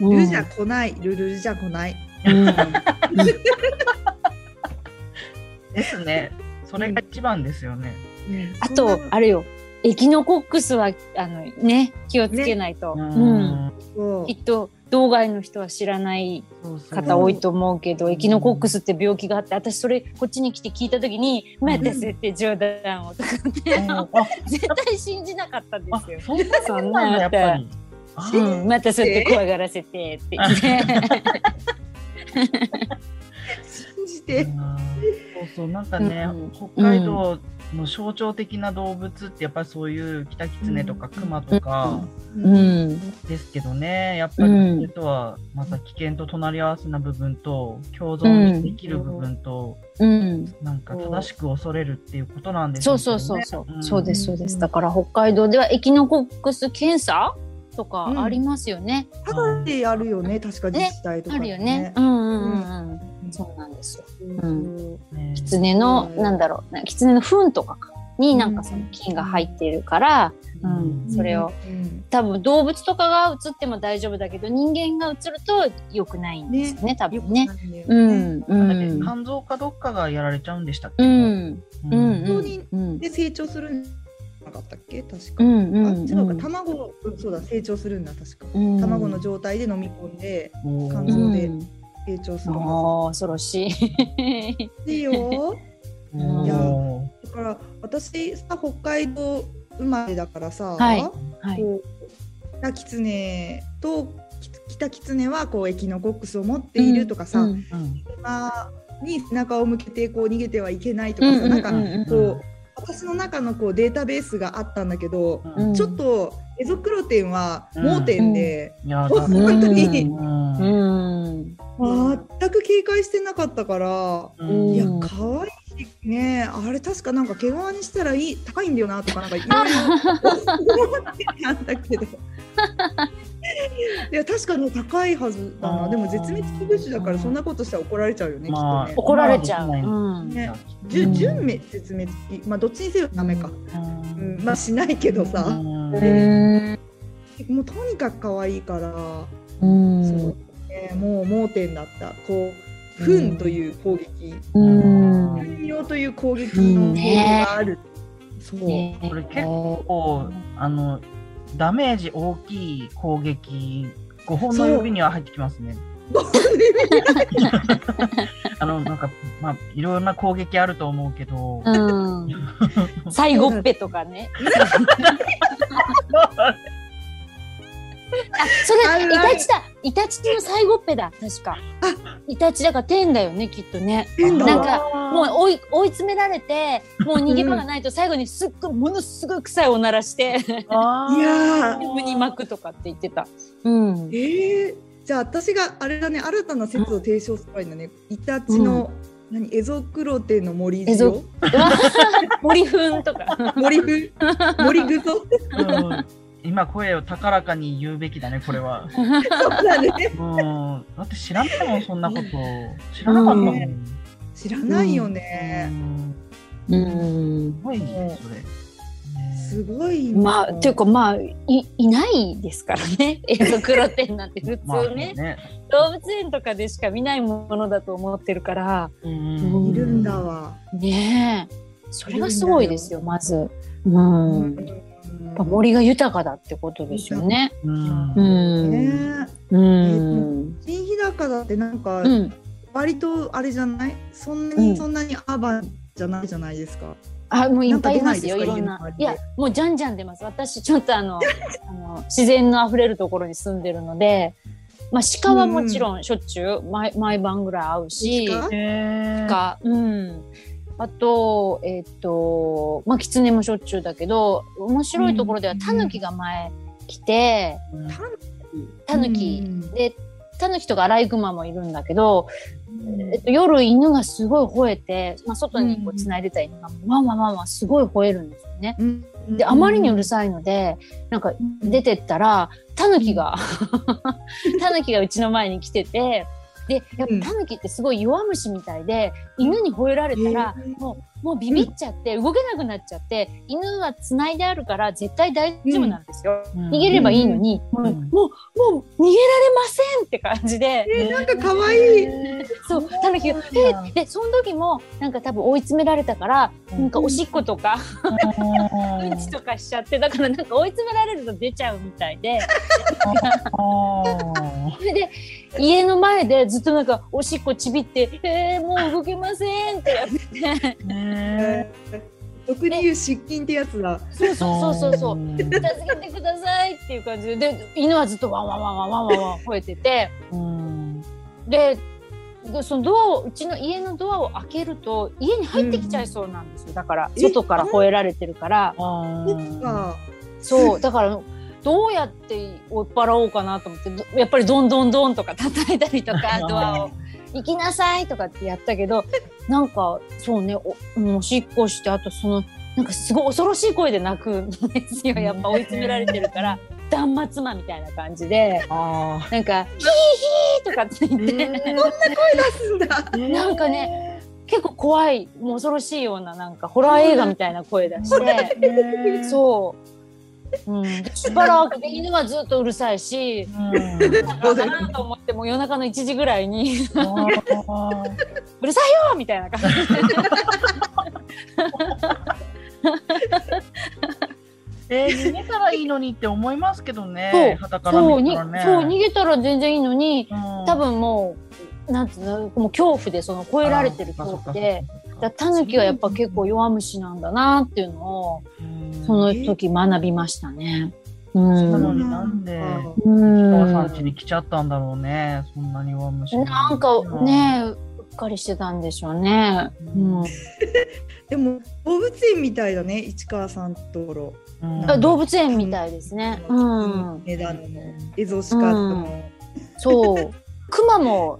う。ルじゃ来ない、ルルルじゃ来ない。うん。ですね。それが一番ですよね。あと、あれよ。エキノコックスは、あの、ね、気をつけないと。うん。そきっと、道外の人は知らないそうそう方多いと思うけど、エキノコックスって病気があって、私それ、こっちに来て聞いたときに、ん待ってせって冗談をとかって、うんあ、絶対信じなかったんであすよ。そんなそんことなんだやっぱり。あう、ん、またそうやって怖がらせてって言って。う信じうて。んそうそうなんかね、うん北海道の象徴的な動物ってやっぱりそういうキタキツネとかクマとか うん。ですけどね、やっぱりうんそれとはまた危険と隣り合わせな部分と共存できる部分と、うん。なんか正しく恐れるっていうことなんですそよね。うそうそうそう、うんそうですそうですだから北海道ではエキノコックス検査とかありますよね、ただでやるよね、確か自治体とかあでね、るよねうんうんうんうんそうなんですようんね狐の、なんだろうな狐の糞とかかになんかその菌が入ってるから、ううんんそれをうん多分動物とかが移っても大丈夫だけど人間が移ると良くないんですよね多よく分ないねんだようね。んうだってん肝臓かどっかがやられちゃうんでしたっけ、うんうんううんん本当にうんで成長するんじゃなかったっけ確うか。んうあん違うか卵うんそうだ成長するんだ確か。うん卵の状態で飲み込んでおー肝う臓でん成長するはもう恐ろしいず。いいよ。うんいやおーだから私さ北海道生まれだからさ、はいはいこう北狐とき北狐はこうエキノコックスを持っているとかさ、うんうん馬に背中を向けてこう逃げてはいけないとかさ、うんなんかうんうんうんこう私の中のこうデータベースがあったんだけど、うんちょっとエゾクロテンはうん盲点で、いやほだん本当うにうんうん全く警戒してなかったから、うんいやうん可愛いしねえあれ確かなんか毛皮にしたらいい高いんだよなとかなんかいろいろ思ってたんだけどいや確かに高いはずだあなーでも絶滅危惧種だからそんなことしたら怒られちゃうよね、まあきっとね怒られちゃう。まあできうんねじじゅゅじゅ準滅絶滅危まあどっちにせよダメか、うんまあしないけどさ、もうとにかく可愛いから、うんそうね、もう盲点だったこうフンという攻撃、うん糞尿という攻撃の方法がある、そう、ねこれ結構あのダメージ大きい攻撃5本の指には入ってきますね。あのなんかまあいろんな攻撃あると思うけど、うん最後っぺとかね。あ、そあれ、イるあるタチだ。イタチの最後っぺだ。確か。イタチだから天だよね、きっとね。変だなんわか、もう追い、追い詰められて、もう逃げ場がないと、最後にすっごい、ものすごい臭いおならして。いやー自分に巻くとかって言ってた。 うん。えー、じゃあ私があれだね新たな説を提唱すればいいんだねイタチの、何エゾクロテの森エ塩ゾ森粉とか。森グ 森グソうん今声を高らかに言うべきだねこれは。そうだねうんだって知らないもんそんなこと知らなかったもん。ね知らないよね、うんうんす。ごいねそれ。すごいなまあ、というか、まあ、い、いないですからね。 エゾクロテンなんて普まあ通ね。ね。動物園とかでしか見ないものだと思ってるからうんいるんだわ、ねえそれがすごいですよまず、うんうんやっぱ森が豊かだってことですよね。うんうねんえうん新日高だってなんかうん割とあれじゃない、そんなうにんそんなにアーバンじゃないじゃないですか。あもういっぱいいますよなんいかろ出んないですかな家いの周りでやもうじゃんじゃん出ます私ちょっとあの あの自然のあふれるところに住んでるので、まあ、鹿はもちろんしょっちゅう毎毎晩ぐらい会うし。鹿へーか、うん。あと、えっ、と、まあ、キツネもしょっちゅうだけど、面白いところではタヌキが前来て、タヌキ。で、タヌキとかアライグマもいるんだけど、えっと、夜犬がすごい吠えて、まあ、外にこううん繋いでた犬が、まあまあまあまあ、すごい吠えるんですよね。うん、で、あまりにうるさいので、なんか出てったら、タヌキが、タヌキがうちの前に来てて、で、やっうんぱタヌキってすごい弱虫みたいで、犬に吠えられたら、へーもう、もうビビっちゃって、動けなくなっちゃって、犬は繋いであるから絶対大丈夫なんですよ。うん逃げればいいのに、んもう、もう、もう逃げられませんって感じで、えーなんか可愛い。そう、タヌキが、えーで、その時も、なんか多分追い詰められたから、なんかおしっことか、うんちとかしちゃって、だからなんか追い詰められると出ちゃうみたいで、それで家の前でずっとなんかおしっこちびって「えー、もう動けません」ってやっててえー俗に言う失禁ってやつだ。そうそうそうそうそうう「助けてください」っていう感じでで犬はずっとワンワンワンワンワンワンワン吠えててん。ででそのドアをうちの家のドアを開けると家に入ってきちゃいそうなんですよだからえ外から吠えられてるかあらそっーか。 そうだからどうやって追っ払おうかなと思ってどやっぱりどんどんどんとか叩いたりと かドアを。行きなさいとかってやったけど、なんか、そうね、お、うんおしっこして、あとその、なんかすごい恐ろしい声で泣くんですよ。やっぱ追い詰められてる から、断末魔みたいな感じで、あなんか、ヒーヒーとかって言って、そうだ。ー。なんかね、結構怖い、もう恐ろしいような、なんかホラー映画みたいな声出 して、そう。うん、しばらくで犬はずっとうるさいし、うん。なんかなと思ってもう夜中の1時ぐらいに、 あーうるさいよみたいな感じで。えー逃げたらいいのにって思いますけどね。そう肌からそう見にたそらうね。逃げたら全然いいのにうん多分もうなんつうのもう恐怖でその超えられてる恐怖で。あーそっかそっかそっかだタヌキはやっぱ結構弱虫なんだなっていうのをうんその時学びましたね。うんなうのになんでお母さん家んに来ちゃったんだろうね。そんなに弱虫。なんか。ねうっかりしてたんでしょうね。うんでも動物園みたいだね、市川さんのところ。うんあ動物園みたいですね。うん値段のエゾシカとの。 そう。熊も、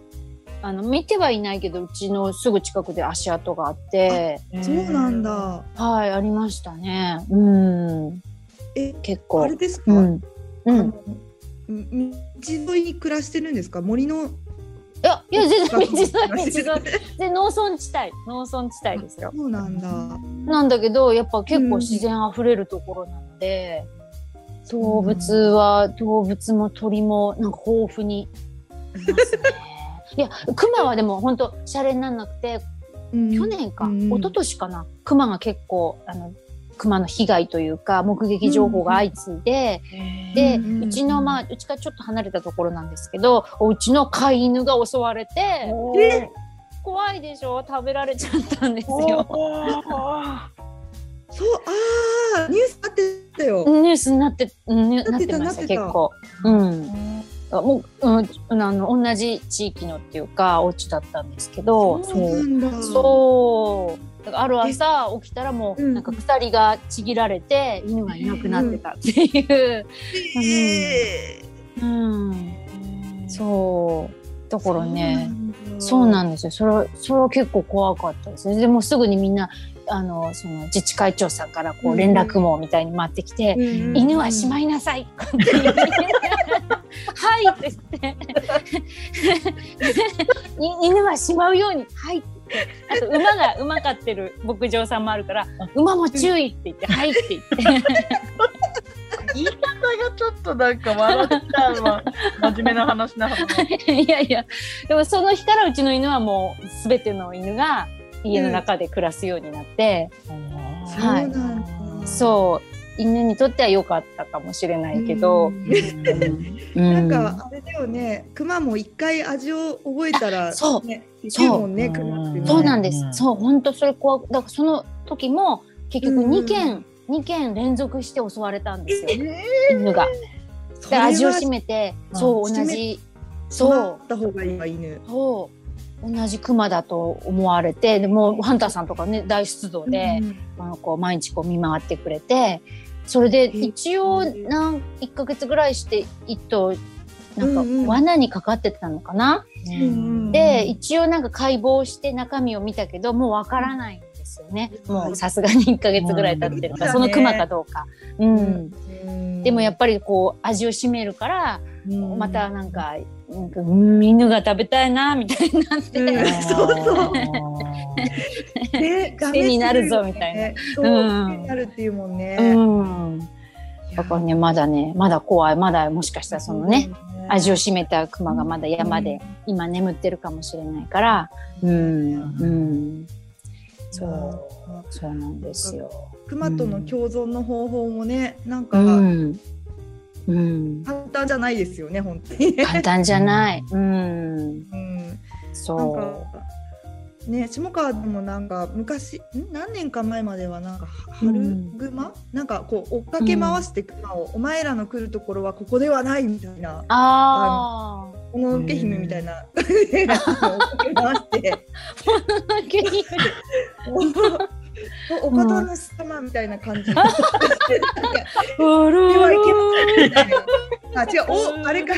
あの見てはいないけどうちのすぐ近くで足跡があってそうなん。だ。はいありましたねうんえ、結構あれですか。うん、あうん、いのみ道沿いに暮らしてるんですか。森の。やいや全然近くに暮道ら沿いして道る沿いで農村地帯農村地帯ですよそうなんだ。なんだけどやっぱ結構自然あふれるところなので、動物は動物も鳥もなんか豊富にい ますね。いや熊はでも本当シャレにならなくてうん去年か、うん一昨年かな熊が結構あの熊の被害というか目撃情報が相次いで、で、ううんちのまあうちからちょっと離れたところなんですけどおうちの飼い犬が襲われてえ怖いでしょ食べられちゃったんですよ。よ。そう、ああ、ニュースあってたよ。ニュースになって、うんニュななっっててたましたなってた結構。うん。あもう、うん、あの同じ地域のっていうかお家だったんですけど、そうなんだ。そう。だからある朝起きたらもううんなんか鎖がちぎられて犬がいなくなってたっていう、えーうん、そうところね。そそううななんだ。んですよ。それはそれは結構怖かったですね。でもうすぐにみんなあのその自治会長さんからこうんう連絡網みたいに回ってきて、うん犬はしまいな さい。はいって言って い犬はしまうようにはいって言ってあと馬が馬飼ってる牧場さんもあるから馬も注意って言ってはいって言って言い方がちょっとなんか笑っちゃうわ。真面目な話なのに。 いやいやでもその日からうちの犬はもうすべての犬が家の中で暮らすようになって、そうはいなんだ。そう犬にとっては良かったかもしれないけど、なんかあれだよね、熊も一回味を覚えたら、そうね、いそうけるもんね、熊ってね。そうなんです。うんそう、本当それ怖く、だからその時も結局うん2件、二件連続して襲われたんですよ。犬が。それでは味を占めて、うんそう、占同めじ、そうそった方がいいわ犬う、。そう、同じ熊だと思われて、でもうハンターさんとかね、大出動で、あのこう毎日こう見回ってくれて、それで一応なん1ヶ月ぐらいして一頭、なんかうんうん罠にかかってたのかな、うんで、一応なんか解剖して中身を見たけどもうわからないんですよね、うんもうさすがに1ヶ月ぐらい経ってるから、うんそのクマかどうか、ううんんうんでもやっぱりこう味を占めるから、うんまたなんかなんかうん犬が食べたいなみたいになって、うんうそうそう ね、癖になるぞみたいなな。そう、うん癖になるっていうもんね。んだからねまだねまだ怖いまだもしかしたらそのね、味を占めたクマがまだ山で、今眠ってるかもしれないからうんうんそうう。そうなんですよ。熊との共存の方法もね、なんうかん、うん、簡単じゃないですよね、本当に。簡単じゃない。うん、うん、なんそか。ね、下川でもなんか昔ん何年か前まではなんかはう春ん熊、なんかこう追っかけ回して熊を、お前らの来るところはここではないみたいなう。ああ。こののけ姫みたいな 感じで追っかけ回しておお方の様みたいな感じで、ではいけみたいなあ違うおあれか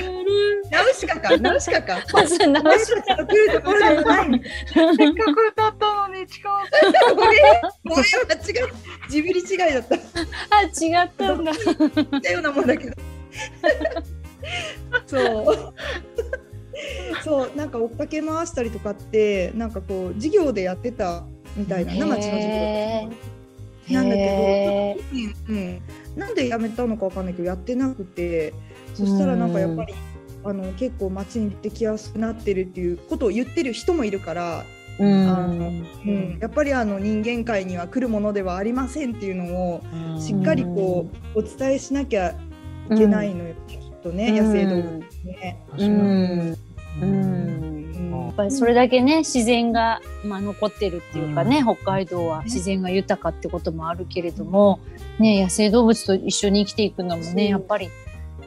ナウシカかナウシカかまず直ナウしシカが来るところではないみたいせっかく歌ったのに近かった。なごめんごめん間違いジブリ違いだったあ、違ったんだ。似たようなもんだけどそうそうなんか追っかけ回したりとかってなんかこう授業でやってたみたいなへーな町の授業でなんだけへど、うん、なんでやめたのかわかんないけどやってなくてそしたらなんかやっぱりあの結構町に出てきやすくなってるっていうことを言ってる人もいるから、ーうあのん。うん、やっぱりあの人間界には来るものではありませんっていうのをしっかりこうお伝えしなきゃいけないのよ、きっとね、野生動物ね。うん。う。うんんやっぱりそれだけね自然が、まあ、残ってるっていうかね、北海道は自然が豊かってこともあるけれども、ね、野生動物と一緒に生きていくのもそうねやっぱり、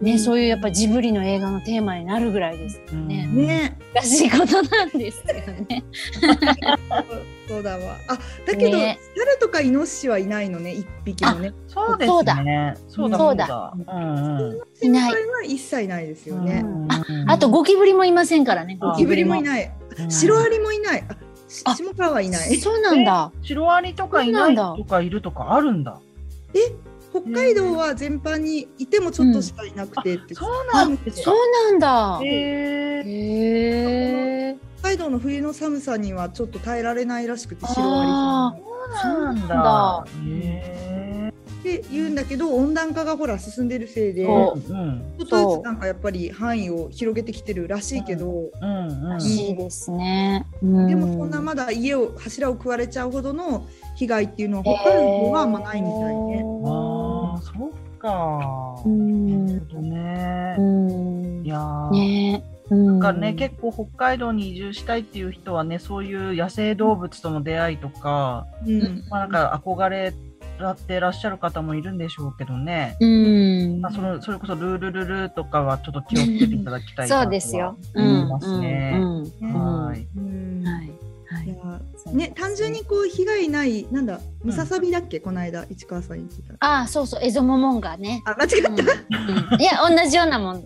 ねそういうやっぱジブリの映画のテーマになるぐらいですうんねね、らしいことなんですよね。そうそうだわ。あ、だけど、ね猿とかイノシシはいないのね、一匹もね。そうですね。そうだそうだ。そそううだだ。うんいないそれは一切ないですようね。ん。あとゴキブリもいませんからね。あゴゴキキブブリリももいない。うんシロアリもいない。ああ下川はいない。そうなんだ。シロアリとかいないとかいるとかあるんだ。北海道は全般にいてもちょっとしかいなくてって。そうなんですそか。うなんだ。へへえ。え。北海道の冬の寒さにはちょっと耐えられないらしくてシロアリそうなんだだ。へえ。って言うんだけど温暖化がほら進んでるせいでちそょううんっとずつなんかやっぱり範囲を広げてきてるらしいけど、うんうん。らしいですね。うんでもそんなまだ家を柱を食われちゃうほどの被害っていうのは北海道はあんまないみたいね。ああ、そっかなるう。ん。ほどねう。んい。やー。ねえ。ななんかね、結構北海道に移住したいっていう人はねそういう野生動物との出会いとか、うんまあ、なんか憧れらってらっしゃる方もいるんでしょうけどね、うんまあ、そのそれこそルールルルとかはちょっと気をつけていただきたいなとそはうですよ。う思いん。ますね。うんううんはいうんはい。はいい。やそうね、単純に。こう被害ない、なんだ、ムササビだっけ、この間、市川さんに聞いた。ああ、そうそう、エゾモモンガね。あ、間違うっんた。うんいや、同じようなもん。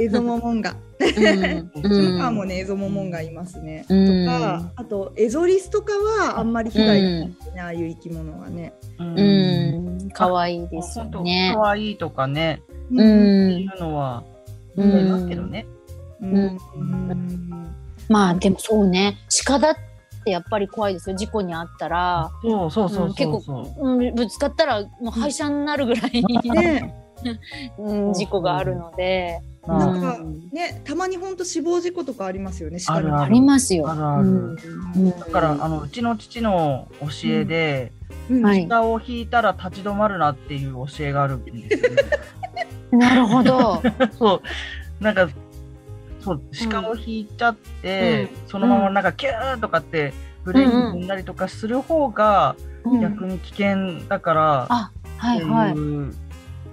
エゾモモンガ。うん下川もね、エゾモモンガいますね。とうんか、あと、エゾリスとかはあんまり被害ないね、ああいう生き物はね。うんうん、可愛いですよ本当ね。可愛いとかね、うっていん、うのはう思いますけどん、ね。うんまあでもそうね鹿だってやっぱり怖いですよ事故に遭ったら、そうそうそううそうん結そう。うん、ぶつかったらもう廃車になるぐらい、ね、うん、事故があるので、うなんまかん、ね、たまに本当死亡事故とかありますよね。鹿あるああるりますよ。あるあるうんうんだからあのうちの父の教えで、うんはい下を引いたら立ち止まるなっていう教えがあるんです よね。なるほど。そうなんかそう下を引いちゃって、そのままなんかキューンとかってブレーキ踏んだりとかする方がうん逆に危険だから、あはいはいっ。ていう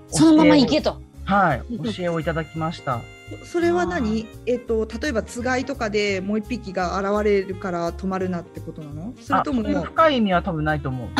そのまま行けと。はい教えをいただきました。それは何えっと例えばつがいとかでもう一匹が現れるから止まるなってことなのそれあとそもういう深い意味は多分ないと思う。うん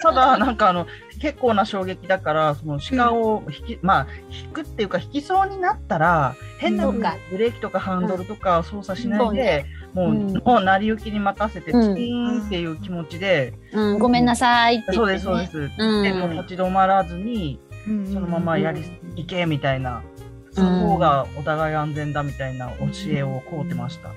ただなんかあの結構な衝撃だからその鹿を引き、まあ引くっていうか引きそうになったら変なそうブかレーキとかハンドルとか操作しないで、うもう、んもう成り行きに任せてチキうんーンっていう気持ちで、うん、ごめんなさいって言そうって、でね。すそうです、うんでもう立ち止まらずにそそのままやり行けみたいな。その方がお互い安全だみたいな教えをこうてました。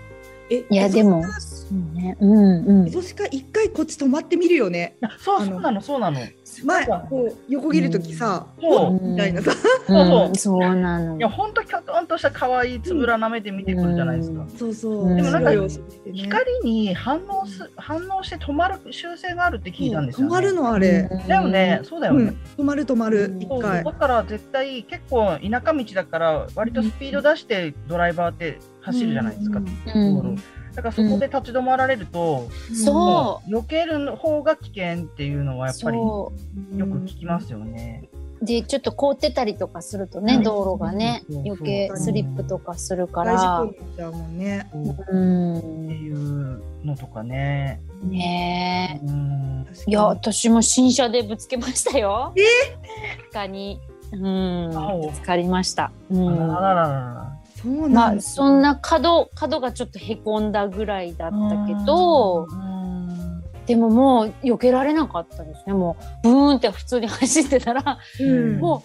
えいやでもそうね。うんうエん。ゾシカ一回こっち止まってみるよねそうあのそうなのそうなの。前こう横切るときさそうおっみたいなさそううんそうなのいや、。ほんとキョトンとした可愛いつぶらな目で見てくるじゃないですか。うんそうそううんでもなんか白いお光光に反応す反応して止まる習性があるって聞いたんです止よ、ね。まるのあれだよね、そうだようんね。止まる止まるうん一そう回だから絶対結構田舎道だから割とスピード出してドライバーって走るじゃないですか、う道ん。路だからそこで立ち止まられると、そう。避ける方が危険っていうのはやっぱりよそく聞きますよね。うでちょっと凍ってたりとかするとね、うん道路がねそうそうそう余計スリップとかするか大事ら故になっちゃうもんねそううってんいうのとかね。ねうん確かえにいや私も新車でぶつけましたよえかにうん青ぶつかりましたうあんららららそうまなんあだそんな角角がちょっとへこんだぐらいだったけどうんでももう避けられなかったですねもうブーンって普通に走ってたらうんも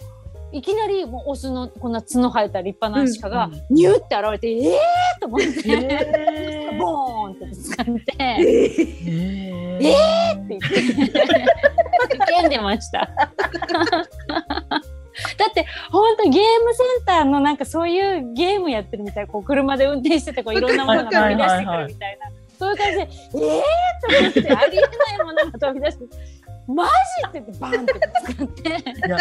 ういきなりもうオスのこんな角生えた立派な鹿がうんうんニューって現れて、ええー、と 思って、 えーボーンってぶつかってえ ってーええ言って叫んでました。 だって本当ゲームセンターのなんかそういうゲームやってるみたいこう車で運転しててこういろんなものが飛び出してくるみたいなそういう感じで「えー!」と思ってありえないものが飛び出して「マジ!」って言ってバンってぶつかって。いや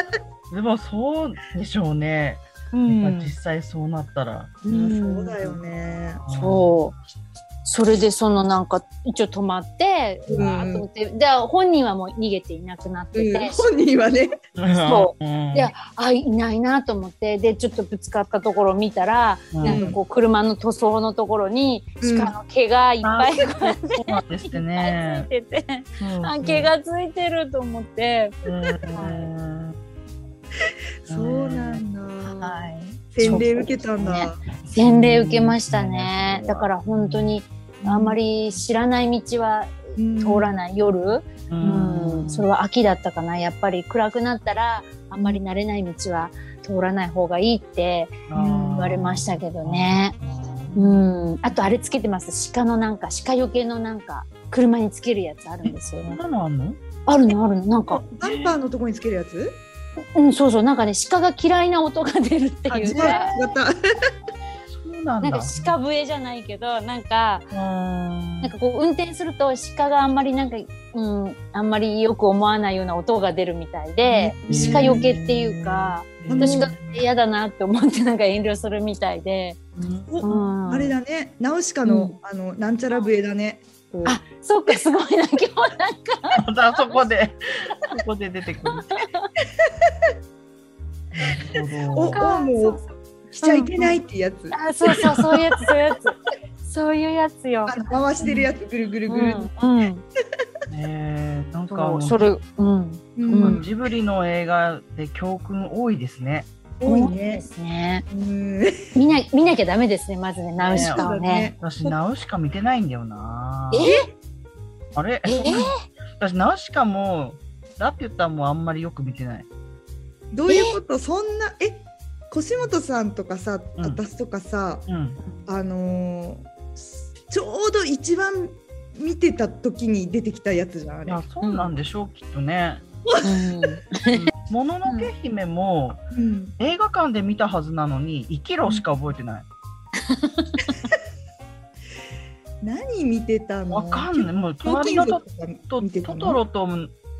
でもそうでしょうね、うやっぱ実際そうなったら、そうだよねそう。それでそのなんか一応止まって、うんわーっと思って、で本人はもう逃げていなくなってて、うん本人はねうん、そうんいやあいないなと思ってでちょっとぶつかったところを見たら、うんなんかこう車の塗装のところにうん鹿の毛がいっぱいこうやってそうなんですっていっねぱい ついてて、あ関毛がついてると思って、そうなんだい。洗礼受けたんだそうです洗礼受けましたね。うんだから本当にあんまり知らない道は通らない夜、うんそれは秋だったかなやっぱり暗くなったらあんまり慣れない道は通らない方がいいって言われましたけどね。うん、あとあれつけてます鹿のなんか鹿よけのなんか車につけるやつあるんですよそんね。なのあんのあるのあるのなんかバンパーのところにつけるやつうんそうそうなんかね鹿が嫌いな音が出るってあい違う違うかったそうなんなだんか鹿笛じゃないけどなんかうんなんかこう運転すると鹿があんまりなんか、うん、あんまりよく思わないような音が出るみたいでうん鹿よけっていうかうん私が嫌だなって思ってなんか遠慮するみたいで、うおん、あれだねナウシカうのあのなんちゃら笛だねあそうかすごいな今日なんかまたそこでそこで出てくる。なるおほどおもう来ちゃいけないってやつあそうそうそういうやつそういうやつそういうやつよ。あの回してるやつぐるぐるうぐるん、うん、ねえなんかそもううそれ、うん、うんうんジブリの映画で教訓多いですね。多いでねすね。うん見な、見なきゃダメですね、まずね、ナウシそうカだをね。ね私ナウシカ見てないんだよな。えあれ？え 私ナウシカもラピュタもあんまりよく見てない。どういうことそんなえ腰元さんとかさうん私とかさうん。あのーちょうど一番見てた時に出てきたやつじゃんあいれやそうなんでしょう、きっとね。うんもののけ姫もうん映画館で見たはずなのに生きろしか覚えてない。何見てたのわかんない。もうひょうき隣んの族トとかと見てたトのトロと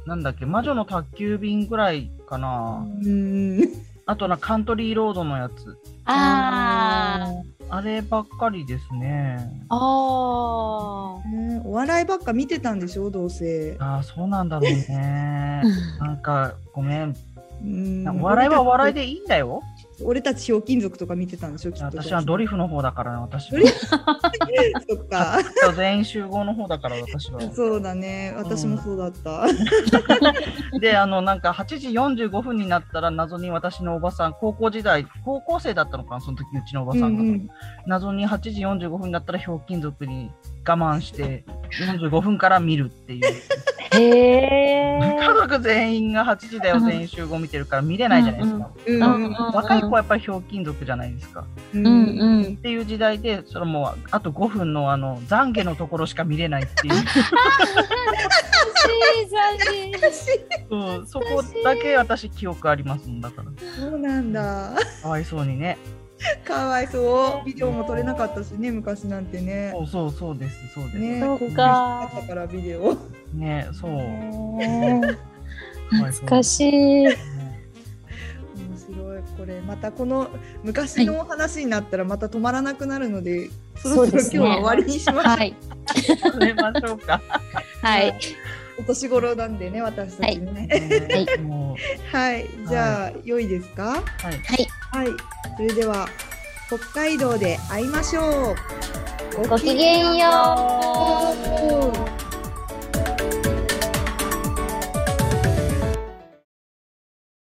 なんだっけ魔女の宅急便ぐらいかな、うんあとなカントリーロードのやつああればっかりですねあ、あねお笑いばっか見てたんでしょどうせ。ああそうなんだろうね なんかごめんうんお笑いはお笑いでいいんだよ俺たちひょうきん族とか見てたんでしょきっと。私はドリフの方だからね私ドはリフ そっ か。全員集合の方だから私は そうだね。私もそうだった。であのなんか8時45分になったら謎に私のおばさん高校時代高校生だったのかなその時うちのおばさんが、うんうん謎に8時45分になったらひょうきん族に我慢して45分から見るっていうー、へ家族全員が8時だよ全員集合見てるから見れないじゃないですか、うん若い子はやっぱりひょうきん族じゃないですかううんんうっん。ていう時代でそれもうあと5分のあの懺悔のところしか見れないっていう しい寂しい。そうそこだけ私記憶ありますもんだからそうなんだ。 かわいそうにねかわいそう。ビデオも撮れなかったしね、昔なんてねそ。うそうそうですそうですね、そうあかっ。たからビデオ。ねそう懐かしい。面白い。これまたこの昔のお話になったらまた止まらなくなるので、そろそうそろ今です日ねは終わりにしましょう。はい。食べましょ うか。はい。お年頃なんでね、私たちね。はい、もうはい、じゃあ、良いですか。はいはい。はい、それでは北海道で会いましょう。ごきげんよう。